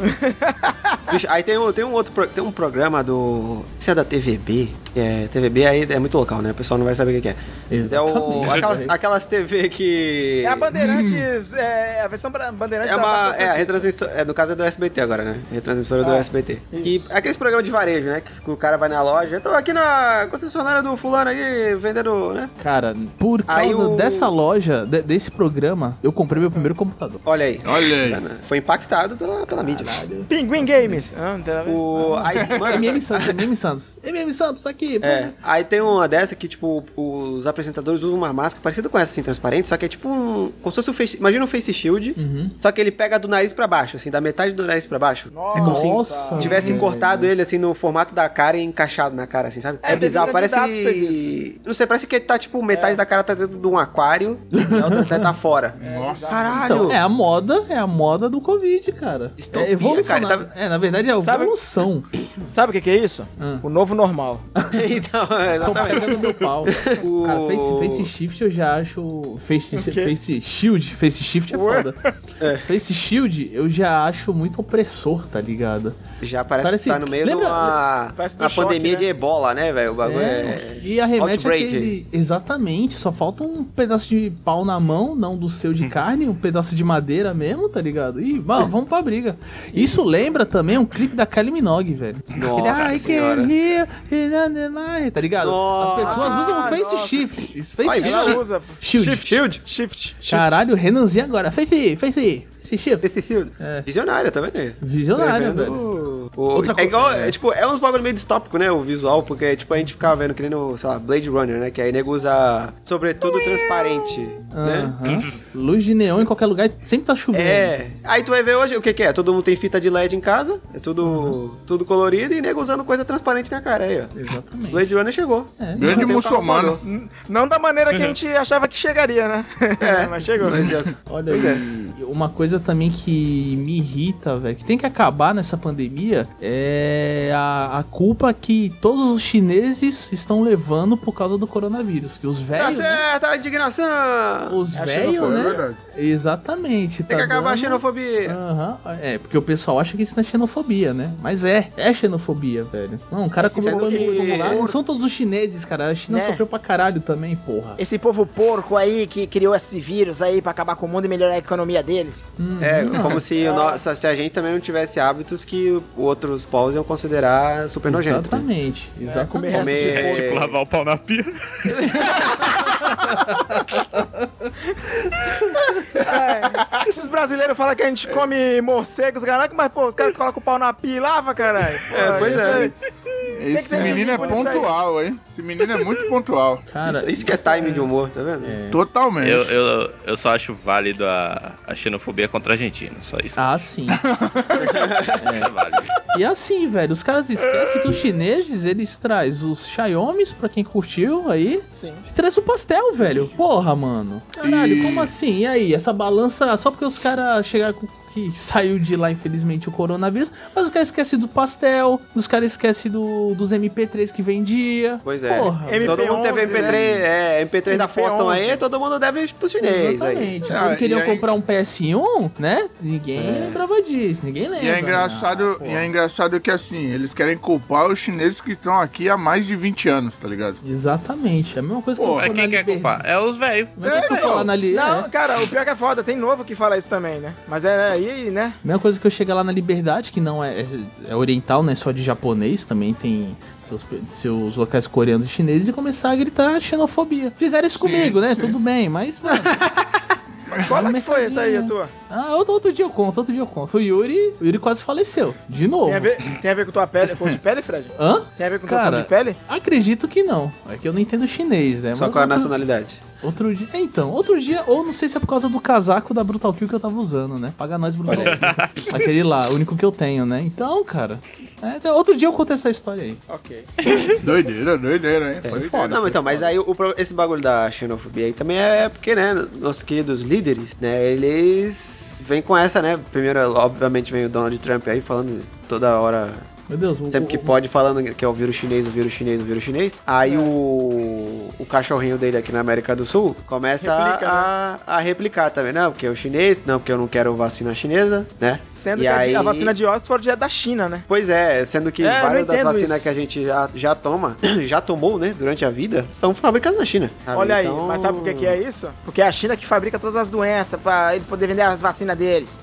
Speaker 2: Bicho, aí tem um, tem um outro pro- tem um programa do. Isso é da TVB. É, TVB aí é muito local, né? O pessoal não vai saber o que que é. Mas é o.
Speaker 5: Exatamente.
Speaker 2: Aquelas, aquelas TV que.
Speaker 3: É a Bandeirantes. É a versão bra- Bandeirantes
Speaker 2: É
Speaker 3: da
Speaker 2: uma.
Speaker 3: Baixada
Speaker 2: É, a
Speaker 3: Santista.
Speaker 2: retransmissora. É, no caso é do SBT agora, né? Retransmissora do
Speaker 3: Ah,
Speaker 2: SBT. Que,
Speaker 3: isso.
Speaker 2: aqueles programas de varejo, né? Que o cara vai na loja. Eu tô aqui na concessionária do fulano aí, vendendo, né?
Speaker 5: Cara, por
Speaker 2: Aí
Speaker 5: causa
Speaker 2: o-
Speaker 5: dessa loja, de- desse programa, eu comprei meu primeiro computador.
Speaker 2: Olha aí.
Speaker 6: Olha aí.
Speaker 2: Foi impactado pela, pela mídia.
Speaker 3: Pinguim Games. Ah, não tem nada a ver.
Speaker 2: O,
Speaker 3: <laughs>
Speaker 2: aí, mano,
Speaker 5: MM Santos, MM
Speaker 2: <laughs>
Speaker 5: Santos. MM Santos, tá aqui.
Speaker 2: É, aí tem uma dessa que, tipo, os apresentadores usam uma máscara parecida com essa, assim, transparente, só que é tipo um... Como se fosse um face... Imagina um face shield,
Speaker 5: Uhum.
Speaker 2: só que ele pega do nariz pra baixo, assim, da metade do nariz pra baixo.
Speaker 3: Nossa.
Speaker 2: É como se
Speaker 5: Nossa.
Speaker 2: tivessem
Speaker 5: Velho.
Speaker 2: cortado ele, assim, no formato da cara e encaixado na cara, assim, sabe?
Speaker 3: É,
Speaker 2: É,
Speaker 3: teve
Speaker 2: bizarro,
Speaker 3: um
Speaker 2: parece...
Speaker 3: candidato que fez
Speaker 2: Não sei, parece que tá, tipo,
Speaker 5: É.
Speaker 2: metade da cara tá dentro de um aquário e a outra tá- tá fora.
Speaker 6: Nossa.
Speaker 2: Caralho!
Speaker 5: Então, é a moda, é a moda do Covid, cara.
Speaker 2: Distopia,
Speaker 5: é evolução.
Speaker 2: cara, tá-
Speaker 5: É, na verdade é a
Speaker 3: Sabe-
Speaker 5: evolução.
Speaker 3: Sabe o que, que é isso?
Speaker 5: Hum.
Speaker 3: O novo normal.
Speaker 2: <laughs> então, é,
Speaker 5: Estão
Speaker 2: <laughs> exatamente.
Speaker 5: pegando meu
Speaker 2: <laughs>
Speaker 5: pau.
Speaker 2: O-
Speaker 5: Cara, face, face shift eu já acho. Face,
Speaker 3: quê?
Speaker 5: face shield, face shift é
Speaker 3: Ué?
Speaker 5: foda. Face shield eu já acho muito opressor, tá ligado?
Speaker 2: Já parece,
Speaker 5: Parece-
Speaker 2: que tá no meio
Speaker 5: lembra-
Speaker 2: de uma,
Speaker 3: Parece do
Speaker 2: uma
Speaker 3: choque,
Speaker 2: pandemia
Speaker 3: né?
Speaker 2: de ebola, né, velho? O bagulho
Speaker 5: É,
Speaker 2: é...
Speaker 5: e arremete
Speaker 2: Outbreak.
Speaker 5: aquele. Exatamente, só falta um pedaço de pau na mão, não do seu
Speaker 2: Hum.
Speaker 5: de carne, um pedaço de madeira mesmo, tá ligado? E bom,
Speaker 2: <laughs>
Speaker 5: vamos pra briga. Isso lembra também um clipe da Kylie Minogue, velho.
Speaker 2: Nossa
Speaker 5: Ai, que
Speaker 2: senhora.
Speaker 5: rio, tá ligado?
Speaker 2: Nossa.
Speaker 5: As pessoas usam o
Speaker 3: Ah,
Speaker 5: face
Speaker 3: nossa.
Speaker 5: shift. Isso, é face
Speaker 2: Olha,
Speaker 5: shift.
Speaker 3: Ela
Speaker 2: Shift.
Speaker 3: usa.
Speaker 5: Shield.
Speaker 3: Shift. Shift. Shift.
Speaker 5: Caralho, Renanzinho agora. Face, face, face shift.
Speaker 2: Esse Silvio.
Speaker 5: É.
Speaker 2: Visionário, tá vendo aí?
Speaker 5: Visionário,
Speaker 2: Tá
Speaker 5: velho.
Speaker 2: vendo? O-
Speaker 5: Outra
Speaker 2: é
Speaker 5: coisa,
Speaker 2: igual,
Speaker 5: é.
Speaker 2: é, tipo, é uns bagulho meio distópico, né? O visual, porque tipo, a gente ficava vendo que nem no, sei lá, Blade Runner, né? Que aí nego usa sobretudo transparente,
Speaker 5: Ah.
Speaker 2: né?
Speaker 5: Aham. Luz de neon em qualquer lugar e sempre tá chovendo.
Speaker 2: É. Aí tu vai ver hoje o que que é? Todo mundo tem fita de LED em casa, é tudo,
Speaker 5: Uhum.
Speaker 2: tudo colorido e nego usando coisa transparente na cara aí, ó.
Speaker 5: Exatamente.
Speaker 2: Blade Runner chegou.
Speaker 5: É.
Speaker 6: Grande
Speaker 2: Tem o
Speaker 6: muçulmano.
Speaker 2: carro
Speaker 3: Não da maneira que a
Speaker 2: <laughs>
Speaker 3: gente achava que chegaria, né? <laughs>
Speaker 2: É.
Speaker 3: Mas chegou.
Speaker 2: voador. Mas
Speaker 5: <laughs>
Speaker 2: é-
Speaker 5: Olha, aí, uma coisa também que me irrita, velho, que tem que acabar nessa pandemia, dia é a, a culpa que todos os chineses estão levando por causa do coronavírus. Que os
Speaker 2: Tá
Speaker 5: velhos. né?
Speaker 2: certo, a indignação!
Speaker 5: Os
Speaker 3: É a
Speaker 5: velhos,
Speaker 6: É
Speaker 5: né?
Speaker 6: verdade.
Speaker 5: Exatamente. tá
Speaker 2: Tem que acabar a
Speaker 5: dando-
Speaker 2: xenofobia.
Speaker 5: Aham, é, porque o pessoal acha que isso não é xenofobia, né? Mas é, é xenofobia, velho. Não, o cara
Speaker 3: Sendo
Speaker 5: colocou no
Speaker 3: que-
Speaker 5: no lá, não são todos os chineses, cara. A China
Speaker 7: Né?
Speaker 2: É.
Speaker 5: sofreu pra caralho também, porra.
Speaker 7: Esse povo porco aí que criou esse vírus aí pra acabar com o mundo e melhorar a economia deles.
Speaker 2: É, como se, o nosso- se a gente também não tivesse hábitos que outros povos iam considerar super nojento. né?
Speaker 5: Exatamente,
Speaker 3: comer
Speaker 5: exatamente.
Speaker 3: resto de
Speaker 2: Comer-
Speaker 4: É tipo lavar o pau na pia.
Speaker 3: É, esses brasileiros falam que a gente come morcegos, caraca, mas pô, os caras colocam o pau na pia e lava, caralho.
Speaker 2: É, pois é.
Speaker 6: Esse
Speaker 3: tem que ter
Speaker 6: menino é
Speaker 3: dinheiro pra
Speaker 6: pontual, hein? Esse menino é muito pontual.
Speaker 5: Cara,
Speaker 2: Isso, isso que é timing de humor, tá vendo?
Speaker 6: Totalmente.
Speaker 4: Eu, eu, eu só acho válido a, a xenofobia contra argentino, só isso.
Speaker 5: ah, sim.
Speaker 4: Isso é válido.
Speaker 5: E assim, velho, os caras esquecem
Speaker 6: <laughs>
Speaker 5: que os chineses, eles traz os Xiaomi's, pra quem curtiu aí,
Speaker 3: Sim.
Speaker 5: e traz o pastel, velho. Porra, mano. Caralho,
Speaker 6: E-
Speaker 5: como assim? E aí, essa balança, só porque os caras chegaram com que <laughs> saiu de lá, infelizmente, o coronavírus, mas os caras esquecem do pastel, os caras esquecem do, dos MP3 que vendia.
Speaker 2: Pois é.
Speaker 5: Porra.
Speaker 2: todo mundo teve
Speaker 3: MP11,
Speaker 2: MP3, é, MP3 da
Speaker 3: MP11.
Speaker 2: Foston aí, todo mundo deve pro chinês aí.
Speaker 5: Exatamente.
Speaker 6: Ah,
Speaker 5: Quando
Speaker 6: e
Speaker 5: queriam
Speaker 6: aí- É.
Speaker 5: comprar um PS1, né? Ninguém lembrava disso, ninguém lembra.
Speaker 6: E é engraçado,
Speaker 5: Ah,
Speaker 6: e é engraçado que assim, eles querem culpar os chineses que estão aqui há mais de 20 anos, tá ligado?
Speaker 5: Exatamente. É a mesma coisa
Speaker 6: Pô,
Speaker 5: eu
Speaker 4: Mas
Speaker 5: falo
Speaker 4: quem
Speaker 5: na
Speaker 4: quer
Speaker 5: Liber-
Speaker 4: culpar? É os velhos.
Speaker 5: Não é que eu
Speaker 6: É, pô.
Speaker 5: falo na li- é.
Speaker 3: Não, cara, o pior que é foda, tem novo que fala isso também, né? Mas é aí, né?
Speaker 5: Mesma coisa que eu chegar lá na Liberdade, que não é, é oriental, não é só de japonês, também tem seus, seus locais coreanos e chineses, e começar a gritar xenofobia. Fizeram isso comigo, né? Tudo bem, mas, mano. <laughs>
Speaker 3: Qual é
Speaker 5: um
Speaker 3: que foi essa aí, a
Speaker 5: mercadinho.
Speaker 3: tua?
Speaker 5: Ah, outro, outro dia eu conto, outro dia eu conto. O Yuri, o Yuri quase faleceu. De novo.
Speaker 3: Tem a ver, tem a ver com tua pele, cor de pele, Fred?
Speaker 5: Hã?
Speaker 3: Tem a ver com tua cor
Speaker 5: Cara,
Speaker 3: de pele?
Speaker 5: acredito que não. É que eu não entendo chinês, né?
Speaker 2: Só
Speaker 5: Mas
Speaker 2: com a
Speaker 5: outro-
Speaker 2: nacionalidade.
Speaker 5: Outro dia. Então, outro dia, ou não sei se é por causa do casaco da Brutal Kill que eu tava usando, né? Paga nós, Brutal Kill. Aquele lá, o único que eu tenho, né? Então, cara. é, então, outro dia eu conto essa história aí.
Speaker 3: Ok.
Speaker 6: Doideira, doideira, hein? Doideira.
Speaker 2: Não, mas então, mas aí o pro- esse bagulho da xenofobia aí também é porque, né, nossos queridos líderes, né, eles vêm com essa, né? Primeiro, obviamente, vem o Donald Trump aí falando toda hora,
Speaker 5: Meu Deus, o,
Speaker 2: sempre que
Speaker 5: o-
Speaker 2: pode, falando que é o vírus chinês, o vírus chinês, o vírus chinês. Aí
Speaker 3: É.
Speaker 2: o, o cachorrinho dele aqui na América do Sul começa a-
Speaker 3: Replica, né?
Speaker 2: a, a replicar também, não, porque é o chinês, não, porque eu não quero vacina chinesa, né?
Speaker 3: Sendo
Speaker 2: E
Speaker 3: que a de- a
Speaker 2: aí-
Speaker 3: vacina de Oxford é da China, né?
Speaker 2: Pois é, sendo que
Speaker 3: É, eu não
Speaker 2: várias das
Speaker 3: entendo
Speaker 2: vacinas
Speaker 3: isso.
Speaker 2: que a gente já, já toma, <clears throat> já tomou, né, durante a vida, são fabricadas na China. sabe?
Speaker 3: Olha aí,
Speaker 2: Então-
Speaker 3: mas sabe por que, que é isso? Porque é a China que fabrica todas as doenças pra eles poderem vender as vacinas deles.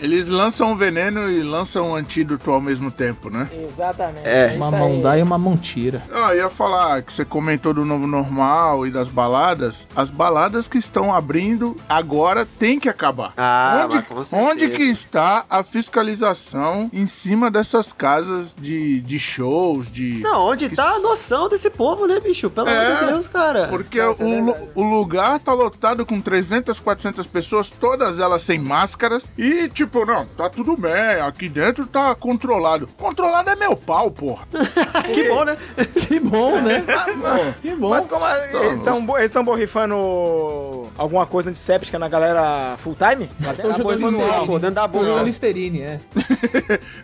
Speaker 6: Eles lançam um veneno e lançam um antídoto ao mesmo tempo, né?
Speaker 3: Exatamente.
Speaker 2: É.
Speaker 5: uma mão dá e uma mão tira.
Speaker 6: Ah, eu ia falar que você comentou do novo normal e das baladas. As baladas que estão abrindo agora tem que acabar.
Speaker 2: Ah,
Speaker 6: onde,
Speaker 2: mas com certeza.
Speaker 6: onde que está a fiscalização em cima dessas casas de, de shows, de.
Speaker 2: Não, onde tá a noção desse povo, né, bicho? Pelo
Speaker 6: É,
Speaker 2: amor de Deus, cara.
Speaker 6: Porque o, lu- o lugar tá lotado com 300, 400 pessoas, todas elas sem máscaras. E, tipo, não, tá tudo bem, aqui dentro tá controlado. Controlado é meu pau, porra.
Speaker 2: Que bom, né?
Speaker 5: Que bom, né? que bom.
Speaker 3: Mas como a- eles estão eles tão borrifando alguma coisa antisséptica na galera full time? Lá dentro?
Speaker 5: Estão jogando
Speaker 2: bolinha,
Speaker 5: Listerine.
Speaker 2: pô, dentro da boca.
Speaker 5: Jogando Listerine, é.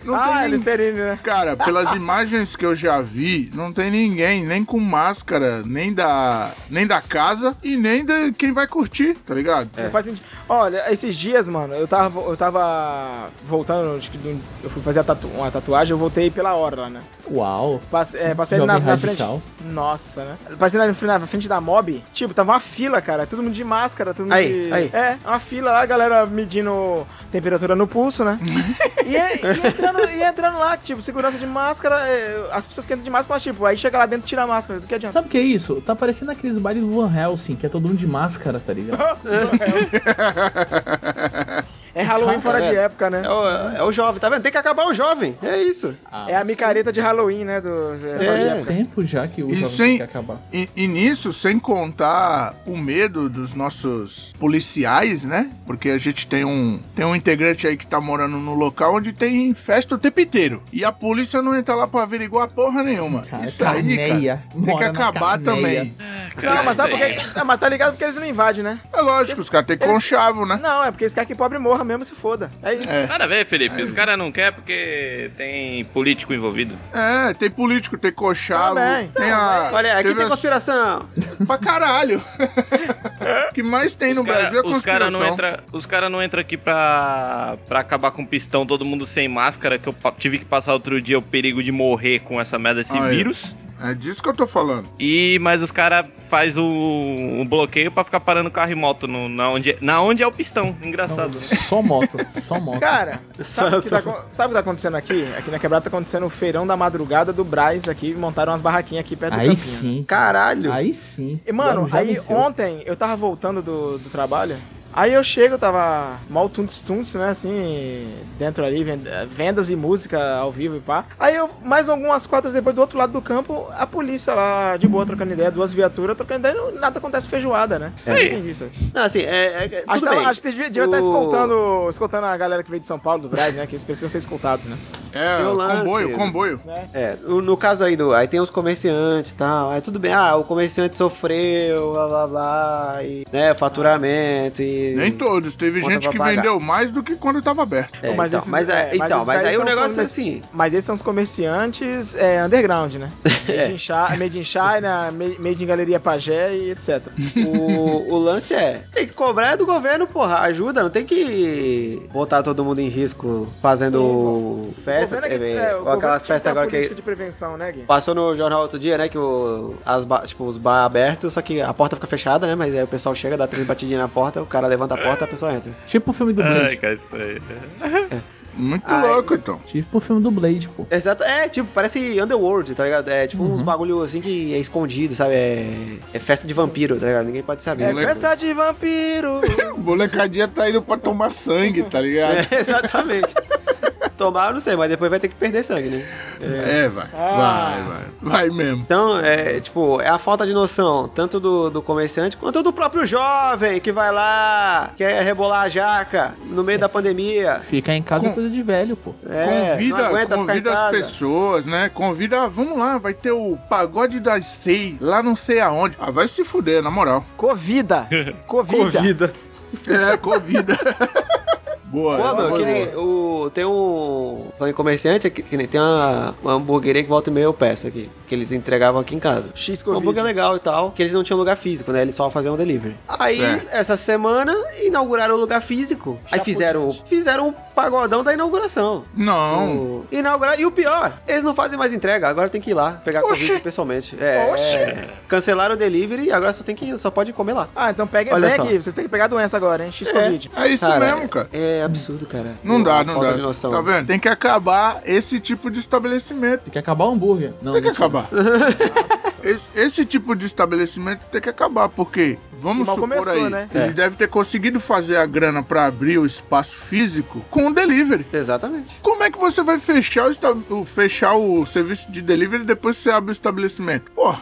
Speaker 6: Não
Speaker 3: Ah,
Speaker 6: tem
Speaker 3: eles
Speaker 6: ninguém.
Speaker 3: terem, né?
Speaker 6: Cara, pelas imagens que eu já vi, não tem ninguém, nem com máscara, nem da, nem da casa e nem de quem vai curtir, tá ligado?
Speaker 2: É.
Speaker 3: Não
Speaker 5: É.
Speaker 3: faz sentido. Olha, esses dias, mano, eu tava, eu tava voltando, acho que de um- eu fui fazer a tatu- uma tatuagem, eu voltei pela orla, né?
Speaker 5: Uau.
Speaker 3: Passe- é, passei ali na,
Speaker 5: Jovem
Speaker 3: na frente.
Speaker 5: radical.
Speaker 3: Nossa, né? Passei na, na frente da mob, tipo, tava uma fila, cara. Todo mundo de máscara, todo mundo
Speaker 2: Aí,
Speaker 3: de.
Speaker 2: aí.
Speaker 3: É, uma fila lá, a galera medindo temperatura no pulso, né?
Speaker 2: Uhum.
Speaker 3: e, é- e entrando, e entrando lá, tipo, segurança de máscara, é, as pessoas que entram de máscara, mas, tipo, aí chega lá dentro e tira a máscara. Do que adianta?
Speaker 5: Sabe o que é isso? Tá parecendo aqueles bailes do Van Helsing, que é todo mundo de máscara, tá ligado?
Speaker 3: É Halloween fora de época, né?
Speaker 2: É o, é o jovem, tá vendo? Tem que acabar o jovem. É isso.
Speaker 3: É a micareta de Halloween, né? Do, é, fora de
Speaker 5: Faz
Speaker 3: época.
Speaker 5: tempo já que o
Speaker 6: E
Speaker 5: jovem tem
Speaker 6: sem,
Speaker 5: que acabar.
Speaker 6: e, e nisso, sem contar o medo dos nossos policiais, né? Porque a gente tem um, tem um integrante aí que tá morando no local onde tem festa o tempo inteiro. E a polícia não entra lá pra averiguar porra nenhuma.
Speaker 5: Cara,
Speaker 6: Isso aí,
Speaker 5: carneia.
Speaker 6: cara, tem que
Speaker 5: Mora na
Speaker 6: acabar
Speaker 5: carneia.
Speaker 6: também.
Speaker 3: Não, mas sabe por quê? Ah, mas tá ligado porque eles não invadem, né?
Speaker 6: É lógico, os caras têm
Speaker 3: Eles-
Speaker 6: conchavo, né?
Speaker 3: Não, é porque eles querem que pobre morra mesmo se foda. É isso.
Speaker 4: Nada a ver, Felipe. Os caras não querem porque tem político envolvido.
Speaker 6: É, tem político, tem conchavo,
Speaker 3: Também.
Speaker 6: tem a...
Speaker 2: Olha, aqui
Speaker 6: teve
Speaker 2: tem
Speaker 6: as-
Speaker 2: conspiração.
Speaker 6: Pra caralho.
Speaker 4: <laughs>
Speaker 6: o que mais tem no
Speaker 4: Os cara-
Speaker 6: Brasil é
Speaker 4: os caras não
Speaker 6: conspiração.
Speaker 4: entra, os cara não entra aqui pra, pra acabar com o pistão, todo mundo sem máscara, que eu pa- tive que passar outro dia o perigo de morrer com essa merda, esse
Speaker 6: Ah, é.
Speaker 4: vírus.
Speaker 6: É disso que eu tô falando.
Speaker 4: E, mas os caras faz o, o bloqueio pra ficar parando carro e moto no, na, onde, na onde é o pistão. Engraçado. né?
Speaker 5: Só moto, só <laughs> moto.
Speaker 3: Cara, sabe
Speaker 2: Só-
Speaker 3: o que, tá, acon- sabe o que tá acontecendo aqui? Aqui na quebrada tá acontecendo o feirão da madrugada do Braz aqui, montaram umas barraquinhas aqui perto do
Speaker 5: Aí
Speaker 3: campinho.
Speaker 5: sim.
Speaker 2: Caralho.
Speaker 5: Aí sim.
Speaker 3: E, mano,
Speaker 5: Já- já
Speaker 3: aí
Speaker 5: venceu.
Speaker 3: ontem eu tava voltando do, do trabalho, aí eu chego, eu tava mal tuntos tuntos, né, assim, dentro ali, vend- vendas e música ao vivo e pá. Aí eu, mais algumas quadras depois, do outro lado do campo, a polícia lá, de boa, trocando ideia, duas viaturas trocando ideia, e não- nada acontece feijoada, né? Eu não entendi isso aí.
Speaker 2: Não, assim, é. é tudo
Speaker 3: Acho, que
Speaker 2: bem.
Speaker 3: tava- acho que devia, devia tá estar
Speaker 2: O-
Speaker 3: escoltando, escoltando a galera que veio de São Paulo, do Braz, né, que eles precisam ser escoltados, né?
Speaker 6: É,
Speaker 2: Tem o lance,
Speaker 6: comboio,
Speaker 2: né?
Speaker 6: comboio.
Speaker 2: É, o- no caso aí do. Aí tem os comerciantes e tal. Aí tudo bem. Ah, o comerciante sofreu, blá blá blá. E, né, faturamento e.
Speaker 6: Nem todos. Teve
Speaker 2: Conta
Speaker 6: gente
Speaker 2: pra
Speaker 6: que
Speaker 2: pagar.
Speaker 6: vendeu mais do que quando tava aberto.
Speaker 2: É,
Speaker 3: Mas
Speaker 2: então,
Speaker 3: esses-
Speaker 2: mas,
Speaker 3: é,
Speaker 2: aí-
Speaker 3: mas
Speaker 2: então,
Speaker 3: esses
Speaker 2: mas
Speaker 3: daí
Speaker 2: aí
Speaker 3: são
Speaker 2: o
Speaker 3: os
Speaker 2: negócio é
Speaker 3: comerci-
Speaker 2: assim.
Speaker 3: Mas esses são os comerciantes é, underground,
Speaker 2: <laughs>
Speaker 3: né?
Speaker 2: É.
Speaker 3: Made in, Chi- made in China, made made in Galeria Pagé e etc.
Speaker 2: O, o lance é, tem que cobrar é do governo, porra. Ajuda, não tem que botar todo mundo em risco fazendo festa.
Speaker 3: governo é que-
Speaker 2: é,
Speaker 3: é, o
Speaker 2: ou
Speaker 3: governo tinha
Speaker 2: aquelas
Speaker 3: que ter
Speaker 2: festas agora
Speaker 3: uma política
Speaker 2: que.
Speaker 3: de prevenção, né, Gui?
Speaker 2: Passou no jornal outro dia, né? Que o, as ba- tipo, os bar abertos, só que a porta fica fechada, né? Mas aí o pessoal chega, dá três batidinhas na porta, o cara levanta a porta, a pessoa entra.
Speaker 5: Tipo o filme do
Speaker 4: Ai,
Speaker 5: Blade.
Speaker 4: cara, isso aí. é
Speaker 6: Muito
Speaker 2: Ai.
Speaker 6: louco, então.
Speaker 5: Tipo o filme do Blade, pô.
Speaker 2: Exato, é tipo, parece Underworld, tá ligado? É tipo uns
Speaker 6: Uhum.
Speaker 2: bagulho assim que é escondido, sabe? É, é festa de vampiro, tá ligado? Ninguém pode saber.
Speaker 3: É festa de vampiro.
Speaker 6: Molecadinha tá indo pra tomar sangue, tá ligado?
Speaker 2: <laughs> É, exatamente. Tomar, eu não sei, mas depois vai ter que perder sangue, né?
Speaker 6: É, vai.
Speaker 2: Ah.
Speaker 6: Vai, vai. Vai mesmo.
Speaker 2: Então, é tipo, é a falta de noção, tanto do, do comerciante quanto do próprio jovem que vai lá, quer rebolar a jaca no meio da pandemia.
Speaker 5: Ficar em casa é coisa de velho, pô.
Speaker 2: É, não
Speaker 6: convida
Speaker 2: aguenta ficar em
Speaker 6: convida as
Speaker 2: casa.
Speaker 6: pessoas, né? Convida, ah, vamos lá, vai ter o pagode das seis, lá não sei aonde. Ah, vai se fuder, na moral.
Speaker 2: <laughs>
Speaker 3: Covida. Covida.
Speaker 6: É, convida. Boa,
Speaker 2: Pô,
Speaker 6: essa
Speaker 2: mano,
Speaker 6: foi
Speaker 2: que
Speaker 6: boa.
Speaker 2: nem o, tem um. Falando em comerciante, que, que nem tem uma, uma hamburgueria que volta e meia eu peço aqui. Que eles entregavam aqui em casa.
Speaker 3: X
Speaker 2: Um
Speaker 3: Covid.
Speaker 2: hambúrguer legal e tal, que eles não tinham lugar físico, né? Eles só faziam delivery. Aí,
Speaker 6: É.
Speaker 2: essa semana, inauguraram o lugar físico. Aí fizeram, o- fizeram o pagodão da inauguração.
Speaker 6: Não.
Speaker 2: O- Inaugurar. E o pior, eles não fazem mais entrega. Agora tem que ir lá pegar
Speaker 6: Oxi.
Speaker 2: Covid pessoalmente. É,
Speaker 3: Oxi.
Speaker 2: é. cancelaram o delivery e agora só tem que ir, só pode comer lá.
Speaker 3: Ah, então pega,
Speaker 2: Olha
Speaker 3: pega
Speaker 2: só.
Speaker 3: Gui, vocês têm que pegar a doença agora, hein? X Covid.
Speaker 6: É isso
Speaker 2: Cara,
Speaker 6: mesmo, cara.
Speaker 2: É absurdo, cara.
Speaker 6: Não dá,
Speaker 2: A
Speaker 6: não
Speaker 2: falta
Speaker 6: dá.
Speaker 2: de noção.
Speaker 6: Tá vendo? Tem que acabar esse tipo de estabelecimento.
Speaker 5: Tem que acabar o hambúrguer. Não, né?
Speaker 6: Tem que
Speaker 5: mentira.
Speaker 6: acabar. <laughs> Esse, esse tipo de estabelecimento tem que acabar, porque
Speaker 3: E
Speaker 6: vamos
Speaker 3: mal
Speaker 6: supor
Speaker 3: começou,
Speaker 6: aí,
Speaker 3: né?
Speaker 6: ele deve ter conseguido fazer a grana pra abrir o espaço físico com o delivery.
Speaker 2: Exatamente.
Speaker 6: Como é que você vai fechar o, esta- o- fechar o serviço de delivery depois que você abre o estabelecimento? Porra,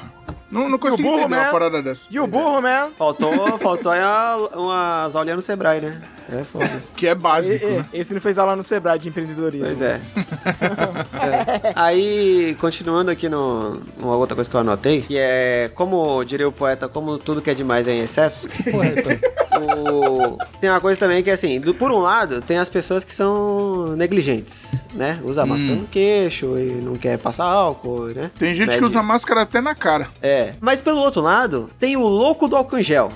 Speaker 6: não, não consigo
Speaker 3: burro,
Speaker 6: entender uma
Speaker 3: né?
Speaker 6: parada dessa.
Speaker 2: é.
Speaker 3: E o burro, né? man?
Speaker 2: Faltou, faltou aí a- umas aulinhas no Sebrae, né? É foda.
Speaker 6: Que é
Speaker 3: E-
Speaker 6: básico, né?
Speaker 3: e- Esse não fez aula no Sebrae de empreendedorismo.
Speaker 2: Pois é. É. Aí, continuando aqui no, numa outra coisa que eu anotei, que é, como diria o poeta, como tudo que é demais é em excesso, o- tem uma coisa também que é assim, do- por um lado, tem as pessoas que são negligentes, né? Usa máscara no queixo e não quer passar álcool, né?
Speaker 6: Hum. Tem gente que
Speaker 2: Mede-
Speaker 6: usa máscara até na cara.
Speaker 2: <laughs> É. Mas pelo outro lado, tem o louco do álcool
Speaker 3: <laughs>
Speaker 2: em gel.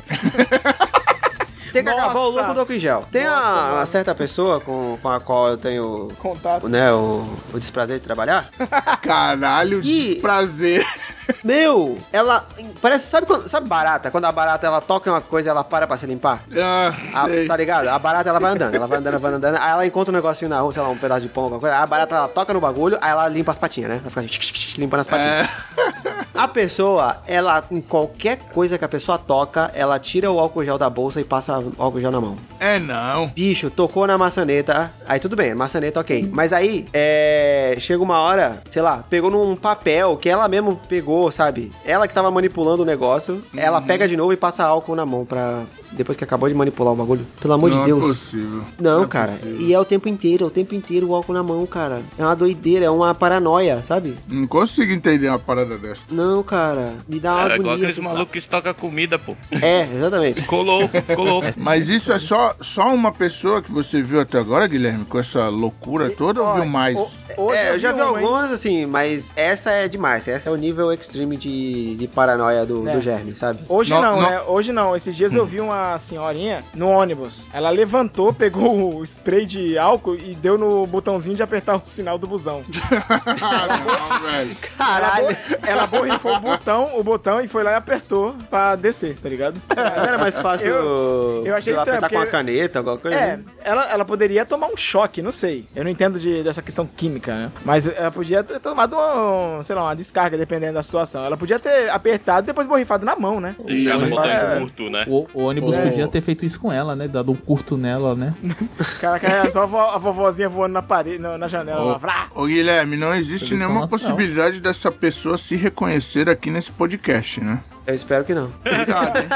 Speaker 2: Tem que acabar o
Speaker 3: Nossa.
Speaker 2: louco do álcool em gel. Tem a- uma certa pessoa com, com a qual eu tenho
Speaker 3: Contato.
Speaker 2: né, o, o desprazer
Speaker 3: <laughs>
Speaker 2: de trabalhar.
Speaker 6: Caralho,
Speaker 2: E- <laughs>
Speaker 6: desprazer.
Speaker 2: Meu, ela parece, sabe quando, sabe barata? Quando a barata ela toca em uma coisa, ela para pra se limpar.
Speaker 6: Ah,
Speaker 2: A-
Speaker 6: sei.
Speaker 2: tá ligado? A barata ela vai andando, ela vai andando, vai andando, aí ela encontra um negocinho na rua, sei lá, um pedaço de pão, alguma coisa. A barata ela toca no bagulho, aí ela limpa as patinhas, né? Ela fica assim, tch, tch, tch, limpando as patinhas.
Speaker 6: É.
Speaker 2: A pessoa, ela, em qualquer coisa que a pessoa toca, ela tira o álcool gel da bolsa e passa o álcool gel na mão.
Speaker 6: É não.
Speaker 2: Bicho, tocou na maçaneta. Aí tudo bem, maçaneta ok. Mas aí, é. Chega uma hora, sei lá, pegou num papel que ela mesmo pegou jogou, sabe? Ela que tava manipulando o negócio, ela
Speaker 6: Uhum.
Speaker 2: pega de novo e passa álcool na mão pra. Depois que acabou de manipular o bagulho. Pelo amor de
Speaker 6: Não é
Speaker 2: Deus.
Speaker 6: possível.
Speaker 2: Não,
Speaker 6: é
Speaker 2: cara.
Speaker 6: possível.
Speaker 2: E é o tempo inteiro, é o tempo inteiro o álcool na mão, cara. É uma doideira, é uma paranoia, sabe?
Speaker 6: Não consigo entender uma parada dessa.
Speaker 2: Não, cara. Me dá uma
Speaker 4: Cara,
Speaker 2: agonia.
Speaker 4: igual aqueles
Speaker 2: assim.
Speaker 4: malucos que estocam comida, pô.
Speaker 2: É, exatamente.
Speaker 4: Colou, colou.
Speaker 6: Mas isso é só, só uma pessoa que você viu até agora, Guilherme, com essa loucura toda ou viu mais?
Speaker 3: Hoje um
Speaker 2: é, eu já vi
Speaker 3: uma, hein?
Speaker 2: algumas, assim, mas essa é demais. Essa é o nível extreme de, de paranoia do,
Speaker 3: É.
Speaker 2: do germe, sabe?
Speaker 3: Hoje
Speaker 6: Não,
Speaker 3: não,
Speaker 6: não.
Speaker 3: né? Hoje não. Esses dias eu vi uma senhorinha no ônibus. Ela levantou, pegou o spray de álcool e deu no botãozinho de apertar <laughs> o sinal do busão.
Speaker 6: Ah,
Speaker 2: <laughs>
Speaker 6: Não, velho.
Speaker 2: Caralho!
Speaker 3: Ela borrifou o botão, o botão e foi lá e apertou pra descer, tá ligado?
Speaker 2: Não era mais fácil
Speaker 3: eu achei
Speaker 2: sei lá,
Speaker 3: estranho,
Speaker 2: apertar com uma
Speaker 3: porque-
Speaker 2: caneta, alguma coisa?
Speaker 3: É,
Speaker 2: né?
Speaker 3: ela, ela poderia tomar um choque, não sei. Eu não entendo de, dessa questão química, né? Mas ela podia ter tomado, um, sei lá, uma descarga, dependendo da situação. Ela podia ter apertado e depois borrifado na mão, né?
Speaker 4: Deixar
Speaker 5: Não,
Speaker 4: no botão
Speaker 5: é.
Speaker 4: curto, né?
Speaker 5: O, o ônibus
Speaker 2: Ô.
Speaker 5: podia ter feito isso com ela, né? Dado um curto nela, né?
Speaker 3: Caraca, era é só a, vo- a vovozinha voando na parede, na, na janela.
Speaker 5: Ô.
Speaker 3: Lá, vrá.
Speaker 6: Ô, Guilherme, não existe
Speaker 5: Eles
Speaker 6: nenhuma
Speaker 5: falam,
Speaker 6: possibilidade dessa pessoa se reconhecer aqui nesse podcast, né?
Speaker 2: Eu espero que não.
Speaker 6: Cuidado, hein?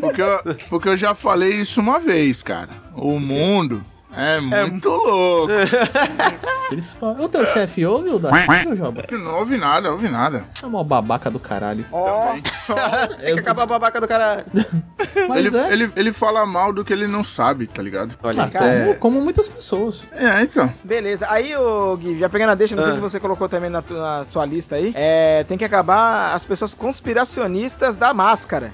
Speaker 6: Porque eu, porque eu já falei isso uma vez, cara. O mundo é muito louco.
Speaker 2: É.
Speaker 5: Eles falam, o teu chefe ouve, Hilda? Ô, Joba?
Speaker 6: Não ouvi nada, ouvi nada.
Speaker 5: É uma babaca do caralho.
Speaker 2: Ah,
Speaker 3: Ó,
Speaker 2: Tem É que acabar a babaca do cara.
Speaker 5: Mas
Speaker 6: Ele,
Speaker 5: é,
Speaker 6: ele, ele fala mal do que ele não sabe, tá ligado?
Speaker 5: ah, como, como muitas pessoas.
Speaker 6: É, então.
Speaker 3: beleza. Aí, ô, Gui, já pegando a deixa, não sei
Speaker 2: Ah.
Speaker 3: se você colocou também na, tu- na sua lista aí. É, tem que acabar as pessoas conspiracionistas da máscara.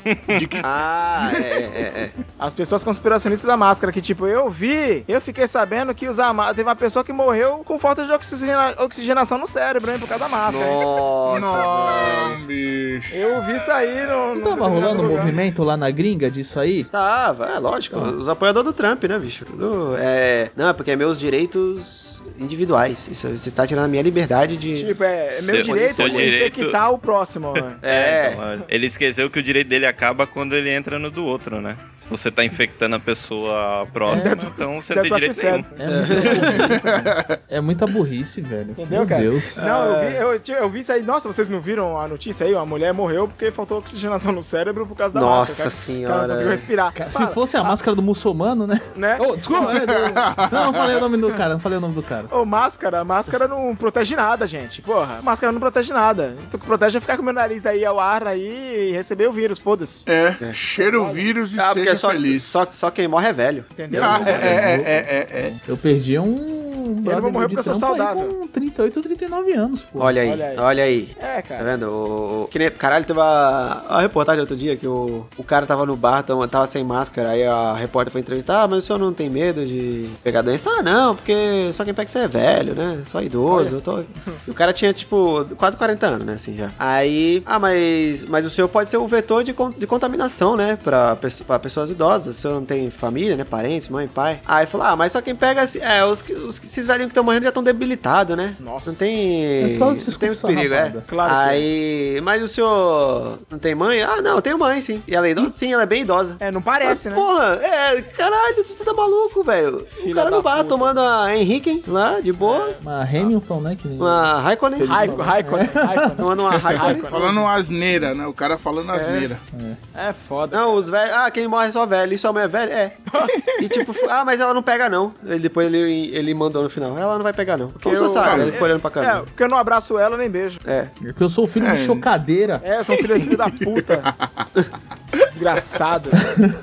Speaker 2: Ah, é, é,
Speaker 3: <laughs>
Speaker 2: é.
Speaker 3: As pessoas conspiracionistas da máscara, que tipo, eu vi, eu fiquei sabendo que usar ma- teve uma pessoa que morreu com falta de oxigena- oxigenação no cérebro, hein, por causa da máscara. hein?
Speaker 2: Nossa, velho.
Speaker 6: Não, bicho.
Speaker 3: Eu vi isso aí no.
Speaker 5: Não
Speaker 3: no
Speaker 5: tava rolando um
Speaker 3: lugar.
Speaker 5: movimento lá na gringa disso aí?
Speaker 2: Tava, é lógico. Os apoiadores do Trump, né, bicho? Tudo é... Não, é porque é meus direitos individuais. Isso, você está tirando a minha liberdade de...
Speaker 3: Tipo, é, é meu
Speaker 4: Seu-
Speaker 3: direito
Speaker 4: seu direito.
Speaker 3: infectar o próximo. né. velho.
Speaker 2: É,
Speaker 4: Então, ele esqueceu que o direito dele acaba quando ele entra no do outro, né? Se você tá infectando a pessoa próxima, então você
Speaker 3: That's
Speaker 4: não tem
Speaker 3: what
Speaker 4: direito
Speaker 3: she said.
Speaker 4: nenhum.
Speaker 5: É muita burrice, cara. É muita burrice, velho.
Speaker 3: Entendeu,
Speaker 5: Meu
Speaker 3: cara?
Speaker 5: Deus.
Speaker 3: Não, eu vi, eu, ti- eu vi isso aí. Nossa, vocês não viram a notícia aí? Uma mulher morreu porque faltou oxigenação no cérebro por causa da
Speaker 2: Nossa
Speaker 3: máscara. cara.
Speaker 2: senhora. é.
Speaker 3: Ela não conseguiu respirar.
Speaker 5: Cara,
Speaker 3: Fala.
Speaker 5: se fosse a máscara do muçulmano, né?
Speaker 3: Né?
Speaker 5: Ô, desculpa. é, do- Não, não falei o nome do cara, não falei o nome do cara.
Speaker 3: Ô, máscara, máscara não protege nada, gente. Porra, máscara não protege nada. O que protege é ficar com meu nariz aí ao ar aí e receber o vírus, foda-se.
Speaker 6: É, cheira o vírus e
Speaker 2: Ah, porque
Speaker 6: seja
Speaker 2: só,
Speaker 6: feliz.
Speaker 2: só, só quem morre é velho.
Speaker 3: Entendeu?
Speaker 6: Ah, é, é, é, é, é.
Speaker 5: Eu perdi um. um
Speaker 3: Eu não vou
Speaker 5: brother
Speaker 3: morrer
Speaker 5: de
Speaker 3: porque eu sou
Speaker 5: trampo aí
Speaker 3: saudável.
Speaker 5: Com 38 ou 39 anos, pô.
Speaker 2: Olha aí,
Speaker 3: Olha aí.
Speaker 2: olha aí.
Speaker 3: É,
Speaker 2: Tá
Speaker 3: cara.
Speaker 2: vendo? O, o- que nem- caralho, teve a, a reportagem outro dia que o, o cara tava no bar, tava, tava sem máscara, aí a repórter foi entrevistar, ah, mas o senhor não tem medo de pegar doença? Ah, não, porque só quem pega você é velho, né? Só idoso. eu tô- <laughs> E o cara tinha, tipo, quase 40 anos, né, assim, já. Aí, ah, mas, mas o senhor pode ser um vetor de, con- de contaminação, né, pra, pesso- pra pessoas idosas, o senhor não tem família, né, parentes, mãe, pai. Aí falou, ah, mas só quem pega, assim, é, os, que- os, que- esses velhinhos que estão morrendo já estão debilitados, né?
Speaker 3: Nossa.
Speaker 2: Não tem...
Speaker 5: É só esses
Speaker 2: não tem muito
Speaker 5: discursos
Speaker 2: perigo, é.
Speaker 5: sarrafados.
Speaker 3: Claro que é.
Speaker 2: Aí, mas o senhor não tem mãe? Ah, não, eu tenho mãe, sim. E ela é idosa? Sim, ela é bem idosa.
Speaker 3: É, não parece,
Speaker 2: Mas,
Speaker 3: né?
Speaker 2: Porra, é, caralho, tu tá maluco, velho. O
Speaker 3: Filha
Speaker 2: cara no
Speaker 3: da
Speaker 2: bar
Speaker 3: puta. É,
Speaker 2: tomando a Henrique lá, de boa,
Speaker 5: Uma Hamilton, né? Que nem...
Speaker 2: uma Raikkonen.
Speaker 3: Raico, Raico, né? Raico. né? <laughs>
Speaker 2: Tomando uma Raikkonen.
Speaker 6: Falando asneira, né? O cara falando asneira.
Speaker 3: É foda.
Speaker 2: Não, os velhos. Ah, quem morre é só velho. E sua mãe é velha? É. E tipo, <laughs> ah, mas ela não pega, não. Ele, depois ele, ele mandou no final. Ela não vai pegar, não. Como você
Speaker 3: eu-
Speaker 2: sabe?
Speaker 6: Ah,
Speaker 2: Ele ficou olhando pra
Speaker 3: É,
Speaker 2: câmera.
Speaker 3: porque eu não abraço ela nem beijo.
Speaker 2: É.
Speaker 5: Porque eu sou filho de chocadeira. <laughs>
Speaker 3: É, eu sou um filho, filho da <laughs> puta. Desgraçado. né?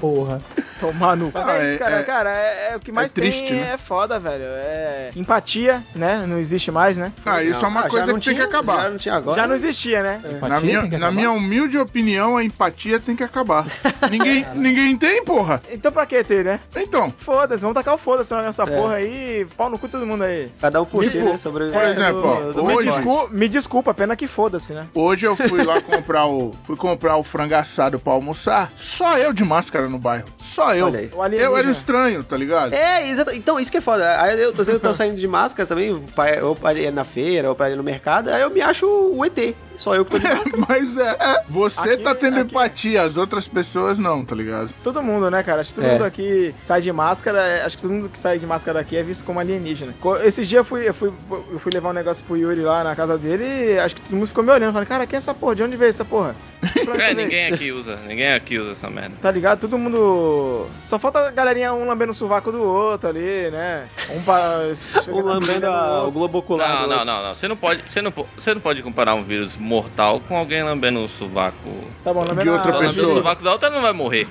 Speaker 5: Porra.
Speaker 3: Tomar no. Mas
Speaker 6: Ah,
Speaker 3: é
Speaker 6: é-
Speaker 3: isso, cara.
Speaker 6: é-
Speaker 3: cara, é, é o que mais
Speaker 6: triste,
Speaker 3: tem
Speaker 6: né?
Speaker 3: é foda, velho. É empatia, né? Não existe mais, né?
Speaker 6: Ah, isso é uma
Speaker 2: Ah, já
Speaker 6: coisa
Speaker 2: não
Speaker 6: que tinha que
Speaker 2: tinha- Já
Speaker 6: acabar.
Speaker 2: não tinha agora.
Speaker 3: Já não existia, né?
Speaker 6: Na
Speaker 5: Empatia
Speaker 6: minha,
Speaker 5: tem que
Speaker 6: na
Speaker 5: acabar.
Speaker 6: minha humilde opinião, a empatia tem
Speaker 2: <laughs>
Speaker 6: que acabar. ninguém, ninguém tem, porra.
Speaker 3: Então pra que ter, né?
Speaker 6: Então,
Speaker 3: Foda-se, vamos tacar o foda-se
Speaker 2: É.
Speaker 3: nessa porra aí. Pau no cu todo mundo aí.
Speaker 2: Cada um por si,
Speaker 6: Tipo,
Speaker 2: né? Sobre
Speaker 6: por exemplo, ó,
Speaker 2: do-
Speaker 3: Me,
Speaker 6: hoje-
Speaker 3: descu- me desculpa, pena que foda-se, né?
Speaker 6: hoje eu fui lá comprar o fui comprar o frango assado pra almoçar. Só eu de máscara no bairro. Só eu.
Speaker 2: Olha aí.
Speaker 3: O
Speaker 6: Eu
Speaker 3: alienígena.
Speaker 6: era o estranho, tá ligado?
Speaker 2: É, exato. Então, isso que é foda. Aí eu tô, <laughs> eu tô saindo de máscara também, pra- ou pra ir na feira, ou pra ir no mercado, aí eu me acho o ET. Só eu que tô de <laughs> máscara.
Speaker 6: <laughs> Mas é, é, você
Speaker 3: Aqui-
Speaker 6: tá tendo
Speaker 3: aqui-
Speaker 6: empatia, as outras pessoas não, tá
Speaker 3: <laughs>
Speaker 6: ligado?
Speaker 3: Todo mundo, né, cara? Acho que todo
Speaker 2: É.
Speaker 3: mundo aqui sai de máscara. é, Acho que todo mundo que sai de máscara aqui é visto como alienígena. Co- Esse dia eu fui, eu fui, eu fui levar um negócio pro Yuri lá na casa dele e acho que todo mundo ficou me olhando, falando, cara, quem é essa porra? De onde veio essa porra? Pra onde
Speaker 4: É,
Speaker 3: veio?
Speaker 4: ninguém aqui usa. Ninguém aqui usa essa merda.
Speaker 3: Tá ligado? Todo mundo. Só falta a galerinha um lambendo o sovaco do outro ali, né? Um pra.
Speaker 2: <laughs> Um lambendo a- o globo ocular.
Speaker 4: Não,
Speaker 2: do
Speaker 4: não,
Speaker 2: outro.
Speaker 4: não, não. Você não pode, você não, po- você não pode comparar um vírus mortal com alguém lambendo o sovaco.
Speaker 3: Tá bom, lambendo
Speaker 6: De outra
Speaker 3: a-
Speaker 4: Só lambendo o
Speaker 6: pessoa.
Speaker 4: sovaco da outra não vai
Speaker 2: <laughs>
Speaker 4: morrer.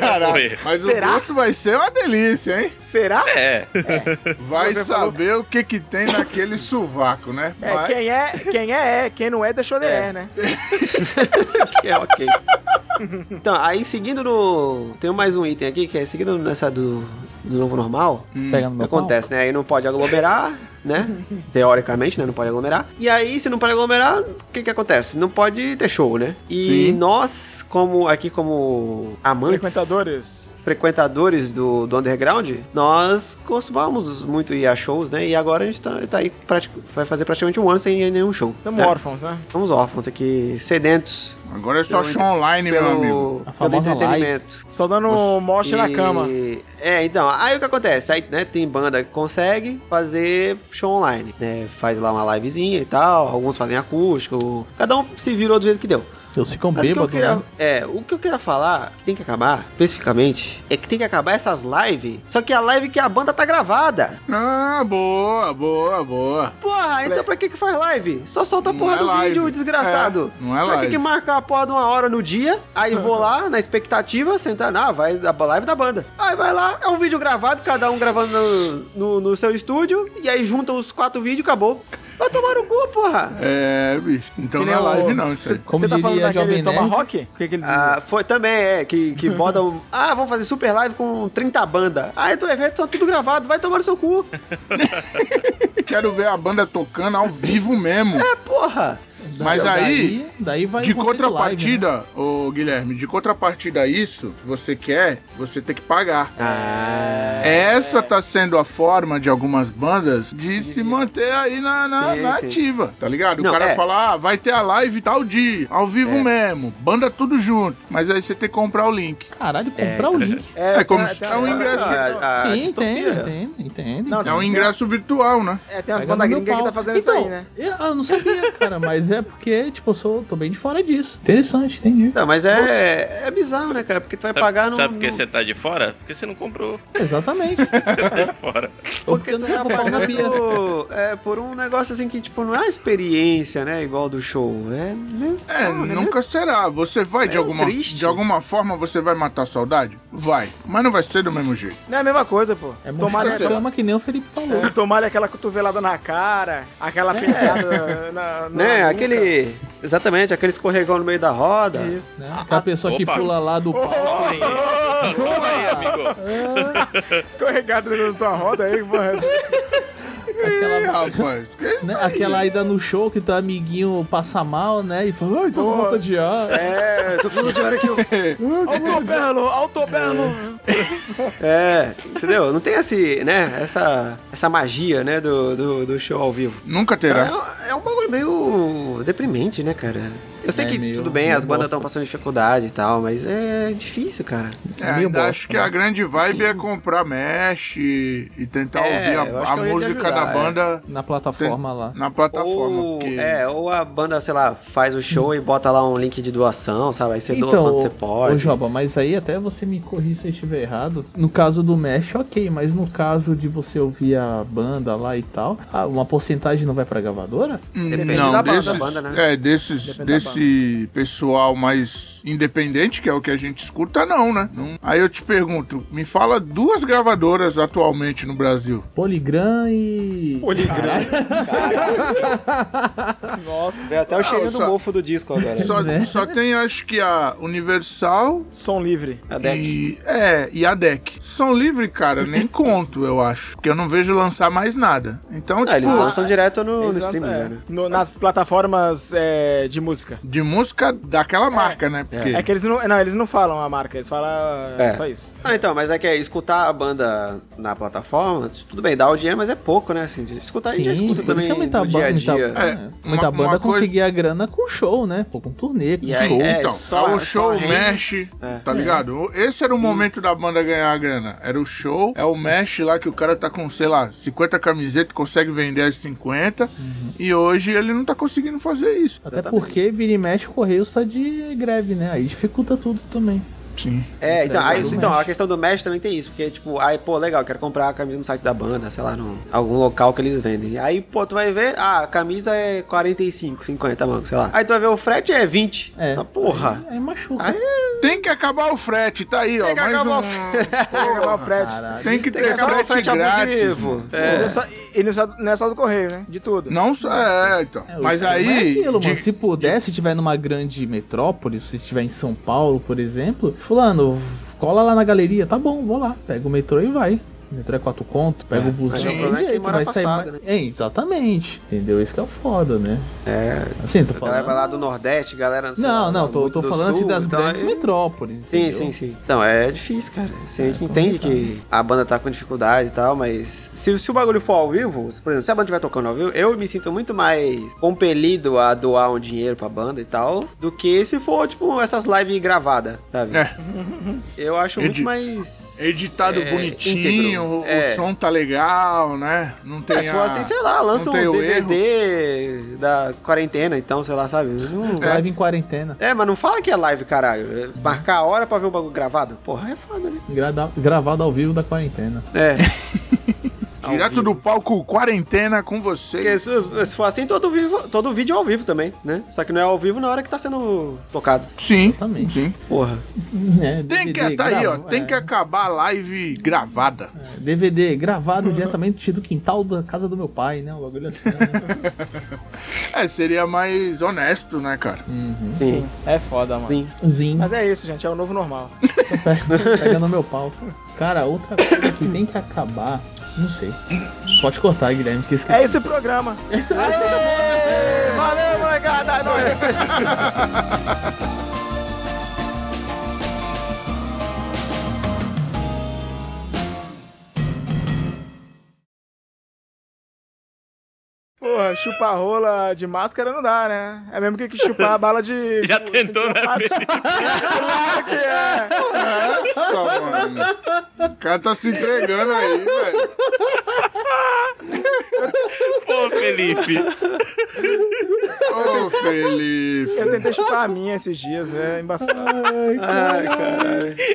Speaker 6: Caraca,
Speaker 4: Ué.
Speaker 6: mas
Speaker 3: Será?
Speaker 6: o gosto vai ser uma delícia, hein?
Speaker 3: Será?
Speaker 4: É.
Speaker 6: Vai
Speaker 3: Você falou-
Speaker 6: saber o que que tem naquele sovaco, né?
Speaker 3: É,
Speaker 6: Mas-
Speaker 3: quem é, quem é, é. Quem não é, deixou de é, né?
Speaker 2: <laughs> Que é ok. Então, aí seguindo no. Tem mais um item aqui que é seguindo nessa do, do novo normal.
Speaker 5: Pega no
Speaker 2: O que
Speaker 5: meu pau.
Speaker 2: acontece, né? Aí não pode aglomerar, <laughs> né? Teoricamente, né? Não pode aglomerar. E aí, se não pode aglomerar, o que que acontece? Não pode ter show, né? E nós, como aqui como amantes,
Speaker 3: Frequentadores.
Speaker 2: frequentadores do, do underground, nós costumamos muito ir a shows, né? E agora a gente tá, tá aí, prati- vai fazer praticamente um ano sem ir a nenhum show.
Speaker 3: São
Speaker 2: né?
Speaker 6: É.
Speaker 3: órfãos, né?
Speaker 2: Estamos órfãos aqui, sedentos
Speaker 6: Agora é só
Speaker 2: Pelo-
Speaker 6: show online, meu amigo.
Speaker 2: pelo,
Speaker 5: A
Speaker 2: pelo
Speaker 5: famosa
Speaker 2: entretenimento.
Speaker 3: Só dando moche na
Speaker 2: E-
Speaker 3: cama.
Speaker 2: É, então, aí o que acontece? Aí, né, tem banda que consegue fazer show online, né? Faz lá uma livezinha e tal, alguns fazem acústico, cada um se virou do jeito que deu.
Speaker 5: Eles ficam
Speaker 2: Mas o que eu
Speaker 5: bêbados,
Speaker 2: queria,
Speaker 5: né?
Speaker 2: é, o que eu queria falar, que tem que acabar, especificamente, é que tem que acabar essas lives, só que a live que a banda tá gravada.
Speaker 6: Ah, boa, boa, boa.
Speaker 2: Porra, então pra que que faz live? Só solta a
Speaker 6: Não
Speaker 2: porra
Speaker 6: é
Speaker 2: do
Speaker 6: live.
Speaker 2: vídeo, desgraçado.
Speaker 6: É, não é
Speaker 2: pra
Speaker 6: live.
Speaker 2: que que marca a porra de uma hora no dia? Aí vou lá, na expectativa, sentar, ah, vai da live da banda. Aí vai lá, é um vídeo gravado, cada um gravando no, no- no seu estúdio, e aí juntam os quatro vídeos, acabou. Vai tomar no cu, porra.
Speaker 6: É, bicho. Então
Speaker 3: Que
Speaker 6: não é
Speaker 3: nem o-
Speaker 6: live, não, isso aí.
Speaker 5: Como
Speaker 3: Você tá
Speaker 5: diria
Speaker 3: falando daquele
Speaker 5: Jovem Nerd.
Speaker 3: Tomahawk? O que, que ele diz?
Speaker 2: Ah, foi também, é, que, que bota um, <laughs> Ah, vamos fazer super live com 30 bandas. Aí tu evento tá tudo gravado, vai tomar no seu cu.
Speaker 6: Quero ver a banda tocando ao vivo
Speaker 3: <laughs>
Speaker 6: mesmo.
Speaker 2: É, porra.
Speaker 6: Mas aí,
Speaker 5: daí, daí vai
Speaker 6: de
Speaker 5: o conteúdo live, né?
Speaker 6: contrapartida, ô Guilherme, de contrapartida a isso, você quer, você tem que pagar.
Speaker 2: Ah,
Speaker 6: Essa tá sendo a forma de algumas bandas de se manter aí na, na,
Speaker 2: Sim,
Speaker 6: na
Speaker 2: sim.
Speaker 6: ativa, tá ligado?
Speaker 2: Não,
Speaker 6: o cara
Speaker 2: é.
Speaker 6: fala, ah, vai ter a live tal dia, ao vivo mesmo, banda tudo junto. Mas aí você tem que comprar o link.
Speaker 5: Caralho, comprar o link.
Speaker 6: É, como
Speaker 3: tem-
Speaker 6: se
Speaker 3: tem-
Speaker 6: é um ingresso.
Speaker 2: a, a
Speaker 5: Sim, entendo,
Speaker 2: distopia.
Speaker 5: entendo, entendo.
Speaker 3: Não,
Speaker 6: É um ingresso virtual, né?
Speaker 3: É, tem umas
Speaker 5: Pega
Speaker 3: bandas
Speaker 5: no meu
Speaker 3: gringas que tá
Speaker 5: pau.
Speaker 3: fazendo isso
Speaker 5: Então,
Speaker 3: aí, né?
Speaker 5: Eu eu não sabia, cara, mas é porque, tipo, eu sou, tô bem de fora disso. Interessante, entendi.
Speaker 2: Não, mas é, é bizarro, né, cara? Porque tu vai pagar no.
Speaker 4: Sabe por que
Speaker 2: no-
Speaker 4: você tá de fora? Porque você não
Speaker 2: <laughs>
Speaker 4: comprou.
Speaker 5: Exatamente.
Speaker 4: Você tá de fora.
Speaker 5: Ou
Speaker 2: Porque tu
Speaker 5: não
Speaker 2: tá
Speaker 5: vou pau na pia.
Speaker 2: pagando é, por um negócio assim que, tipo, não é uma experiência, né? Igual do show. É. né?
Speaker 6: É,
Speaker 2: Não, né?
Speaker 6: nunca será. Você vai de
Speaker 2: Meio
Speaker 6: alguma,
Speaker 2: triste.
Speaker 6: de alguma forma, você vai matar a saudade? Vai. Mas não vai ser do mesmo jeito.
Speaker 3: Não é a mesma coisa, pô.
Speaker 5: É
Speaker 3: Tomar-
Speaker 5: muito reclama que nem o Felipe falou.
Speaker 3: É, Tomar aquela cotovelada na cara, aquela
Speaker 6: É.
Speaker 3: pesada na, na
Speaker 2: Né?
Speaker 3: nuca.
Speaker 2: Aquele. Exatamente, aquele escorregão no meio da roda.
Speaker 3: Isso.
Speaker 5: Né? Aquela pessoa que
Speaker 4: opa.
Speaker 5: pula lá do palco.
Speaker 4: Calma aí. Calma aí, amigo.
Speaker 5: <laughs>
Speaker 3: Escorregado na tua roda aí, porra.
Speaker 6: Ih,
Speaker 5: Aquela,
Speaker 6: rapaz, que isso
Speaker 5: né?
Speaker 6: aí?
Speaker 5: aquela ida no show que teu amiguinho passa mal, né? E fala, ai, tô com
Speaker 3: Boa.
Speaker 5: falta de ar.
Speaker 2: É, tô falando de hora que eu.
Speaker 3: Autobelo, autobelo.
Speaker 2: É, entendeu? Não tem esse, né? Essa, essa magia, né? Do, do, do show ao vivo.
Speaker 6: Nunca terá.
Speaker 2: É, é um bagulho meio deprimente, né, cara? Eu sei
Speaker 5: É,
Speaker 2: que
Speaker 5: meio-
Speaker 2: tudo bem,
Speaker 5: meio
Speaker 2: as bandas
Speaker 5: bosta.
Speaker 2: estão passando dificuldade e tal, mas é difícil, cara.
Speaker 6: É,
Speaker 5: meio
Speaker 6: ainda
Speaker 5: bosta,
Speaker 6: acho que
Speaker 5: né?
Speaker 6: a grande vibe é comprar mesh e, e tentar
Speaker 2: É,
Speaker 6: ouvir
Speaker 2: eu
Speaker 6: a,
Speaker 2: acho
Speaker 6: a
Speaker 2: que eu ia te
Speaker 6: música
Speaker 2: ajudar,
Speaker 6: da
Speaker 2: é.
Speaker 6: banda
Speaker 5: Na plataforma lá.
Speaker 6: na plataforma.
Speaker 2: Ou,
Speaker 6: porque-
Speaker 2: é, ou a banda, sei lá, faz o show e bota lá um link de doação, sabe? Aí você
Speaker 5: Então,
Speaker 2: doa quanto você pode.
Speaker 5: Ô, Joba, mas aí até você me corrija se eu estiver errado. No caso do Mesh, ok, mas no caso de você ouvir a banda lá e tal, ah, uma porcentagem não vai pra gravadora?
Speaker 6: Hum,
Speaker 2: Depende
Speaker 6: não,
Speaker 2: da banda,
Speaker 6: desses,
Speaker 2: banda, né?
Speaker 6: É, desses,
Speaker 3: Depende da
Speaker 6: desse pessoal mais independente, que é o que a gente escuta, não, né? Não- Aí eu te pergunto, me fala duas gravadoras atualmente no Brasil.
Speaker 5: Poligram e.
Speaker 2: Poligram.
Speaker 3: Nossa.
Speaker 2: É até o cheirinho do
Speaker 6: só-
Speaker 2: mofo do disco agora.
Speaker 6: Só,
Speaker 5: Né?
Speaker 6: só tem, acho que a Universal
Speaker 3: Som livre.
Speaker 2: A deck.
Speaker 6: E, é, e a deck. São livre, cara, nem <laughs> conto, eu acho. Porque eu não vejo lançar mais nada. Então,
Speaker 2: Ah, eles
Speaker 6: tipo,
Speaker 2: lançam direto no, no
Speaker 3: Exato,
Speaker 2: streaming,
Speaker 3: é.
Speaker 2: né?
Speaker 3: No- nas plataformas é, de música.
Speaker 6: de música daquela marca, né? Porque
Speaker 3: É que eles não. Não, eles não falam a marca, eles falam é. só <laughs> isso.
Speaker 2: Ah, então, mas é que é, escutar a banda na plataforma, tudo bem, dá o dinheiro, mas é pouco, né? Assim, de escutar a gente já escuta
Speaker 5: por isso
Speaker 2: também
Speaker 5: que muita
Speaker 2: no dia a
Speaker 5: banda-
Speaker 2: dia.
Speaker 5: Muita,
Speaker 6: É,
Speaker 5: é,
Speaker 6: uma-
Speaker 5: muita
Speaker 6: uma
Speaker 5: banda
Speaker 6: coisa-
Speaker 5: conseguia a grana com show, né? Pô, com turnê, com
Speaker 2: E aí,
Speaker 5: show.
Speaker 2: é,
Speaker 6: Então,
Speaker 2: só,
Speaker 6: o
Speaker 2: só
Speaker 6: show
Speaker 2: rende- É.
Speaker 6: mexe, tá ligado? Esse era o momento da banda ganhar a grana. Era o show, é o mexe lá que o cara tá com, sei lá, 50 camisetas, consegue vender as 50.
Speaker 2: Uhum.
Speaker 6: E hoje ele não tá conseguindo fazer isso.
Speaker 5: Até porque vira e mexe o correio está de greve, né? Aí dificulta tudo também.
Speaker 6: Sim.
Speaker 2: É, então,
Speaker 5: Entrega
Speaker 2: aí,
Speaker 5: do
Speaker 2: então
Speaker 5: Mesh.
Speaker 2: a questão do Mesh também tem isso, porque, tipo, aí, pô, legal, quero comprar a camisa no site da banda, sei lá, num algum local que eles vendem. Aí, pô, tu vai ver, ah, a camisa é 45, 50 mangos, sei lá. Aí tu vai ver o frete é 20.
Speaker 5: É.
Speaker 2: Essa porra.
Speaker 5: Aí machuca.
Speaker 2: Aí
Speaker 6: Tem que acabar o frete, tá aí, ó.
Speaker 2: Tem que
Speaker 6: mais
Speaker 2: acabar
Speaker 6: um...
Speaker 2: o frete.
Speaker 6: Porra,
Speaker 3: é
Speaker 5: Caralho.
Speaker 6: Tem que
Speaker 2: tem que
Speaker 6: ter
Speaker 2: acabar o
Speaker 6: É, frete,
Speaker 2: frete
Speaker 6: grátis.
Speaker 2: abusivo.
Speaker 6: mano.
Speaker 2: É.
Speaker 3: E, não é só, e não é só- não é só do correio, né? De tudo.
Speaker 6: Não só. É, então.
Speaker 5: É,
Speaker 6: Mas
Speaker 5: o- é
Speaker 6: aí.
Speaker 5: aquilo,
Speaker 6: de-
Speaker 5: mano. Se puder, se tiver numa grande metrópole, se estiver em São Paulo, por exemplo, fulano, cola lá na galeria, tá bom, vou lá, pega o metrô e vai. O metrô é quatro conto, pega o busão
Speaker 2: mas
Speaker 5: e
Speaker 2: o problema é quem mora afastado,
Speaker 6: né?
Speaker 5: mais- É, exatamente. Entendeu? Isso que é o foda, né? É. Assim, tô
Speaker 2: A galera vai
Speaker 5: falando.
Speaker 2: lá do Nordeste, galera. sei lá,
Speaker 5: Não, não, tô,
Speaker 2: muito
Speaker 5: tô
Speaker 2: do
Speaker 5: falando assim
Speaker 2: Sul,
Speaker 5: das
Speaker 2: então
Speaker 5: grandes
Speaker 2: é-
Speaker 5: metrópoles.
Speaker 2: Sim,
Speaker 5: entendeu?
Speaker 2: sim, sim. Então, é difícil, cara. Assim,
Speaker 6: é
Speaker 2: a gente entende que a banda tá com dificuldade e tal, mas se, se o bagulho for ao vivo, se, por exemplo, se a banda estiver tocando ao vivo, eu me sinto muito mais compelido a doar um dinheiro pra banda e tal, do que se for, tipo, essas lives gravadas, sabe?
Speaker 6: É.
Speaker 2: Eu acho muito
Speaker 6: Edi-
Speaker 2: mais...
Speaker 6: Editado
Speaker 2: É,
Speaker 6: bonitinho,
Speaker 2: íntegro.
Speaker 6: o, o
Speaker 2: É.
Speaker 6: som tá legal, né? Não tem.
Speaker 2: É, se for
Speaker 6: a-
Speaker 2: assim, sei lá, lança um
Speaker 6: não tem o
Speaker 2: DVD da quarentena, então, sei lá, sabe? Não-
Speaker 5: Live em quarentena.
Speaker 2: É, mas não fala que é live, caralho. Marcar a hora pra ver o bagulho gravado? Porra, é foda, né?
Speaker 5: Grada- Gravado ao vivo da quarentena.
Speaker 2: É.
Speaker 6: Direto do palco quarentena com vocês.
Speaker 2: Porque se, se for assim, todo, vivo, todo vídeo é ao vivo também, né? Só que não é ao vivo na hora que tá sendo tocado.
Speaker 6: Sim,
Speaker 5: Exatamente.
Speaker 6: sim.
Speaker 2: Porra.
Speaker 5: É,
Speaker 6: Tem que,
Speaker 5: DVD
Speaker 6: tá aí, ó.
Speaker 5: grava-
Speaker 6: Tem
Speaker 5: é.
Speaker 6: que acabar a live gravada.
Speaker 5: DVD
Speaker 6: <laughs>
Speaker 5: gravado diretamente do quintal da casa do meu pai, né? O bagulho assim. né?
Speaker 6: É, seria mais honesto, né, cara?
Speaker 2: Sim.
Speaker 3: É foda, mano.
Speaker 2: Sim.
Speaker 5: Zinho,
Speaker 3: Mas é isso, gente, é o novo normal.
Speaker 5: pega no meu pau. Cara, outra coisa que tem que acabar. Não sei. Pode cortar, Guilherme, que eu esqueci.
Speaker 3: É esse programa. Valeu, molecada! É nóis! Porra, chupar rola de máscara não dá, né? É mesmo que, que chupar a bala de.
Speaker 4: <laughs> Já
Speaker 3: de-
Speaker 4: tentou, né,
Speaker 3: de-
Speaker 4: Felipe?
Speaker 3: Claro que é!
Speaker 6: Nossa, mano. O cara tá se entregando aí, velho.
Speaker 4: Pô, Felipe.
Speaker 6: Ô, Felipe.
Speaker 3: Eu tentei chupar a minha esses dias, é embaçado.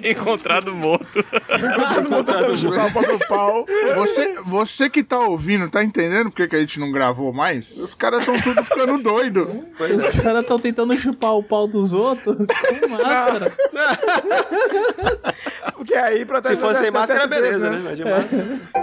Speaker 4: Encontrado morto.
Speaker 3: Todo mundo tentando chupar
Speaker 6: né?
Speaker 3: um pouco o pau.
Speaker 6: Você, você que tá ouvindo, tá entendendo por que, que a gente não gravou mais? Os caras tão tudo ficando doido.
Speaker 5: Os caras estão tentando chupar o pau dos outros é? com máscara.
Speaker 3: Porque aí protege
Speaker 2: Se for
Speaker 3: da-
Speaker 2: sem
Speaker 3: da
Speaker 2: máscara, né?
Speaker 3: TSDs, né?
Speaker 2: beleza, né? Mas de máscara.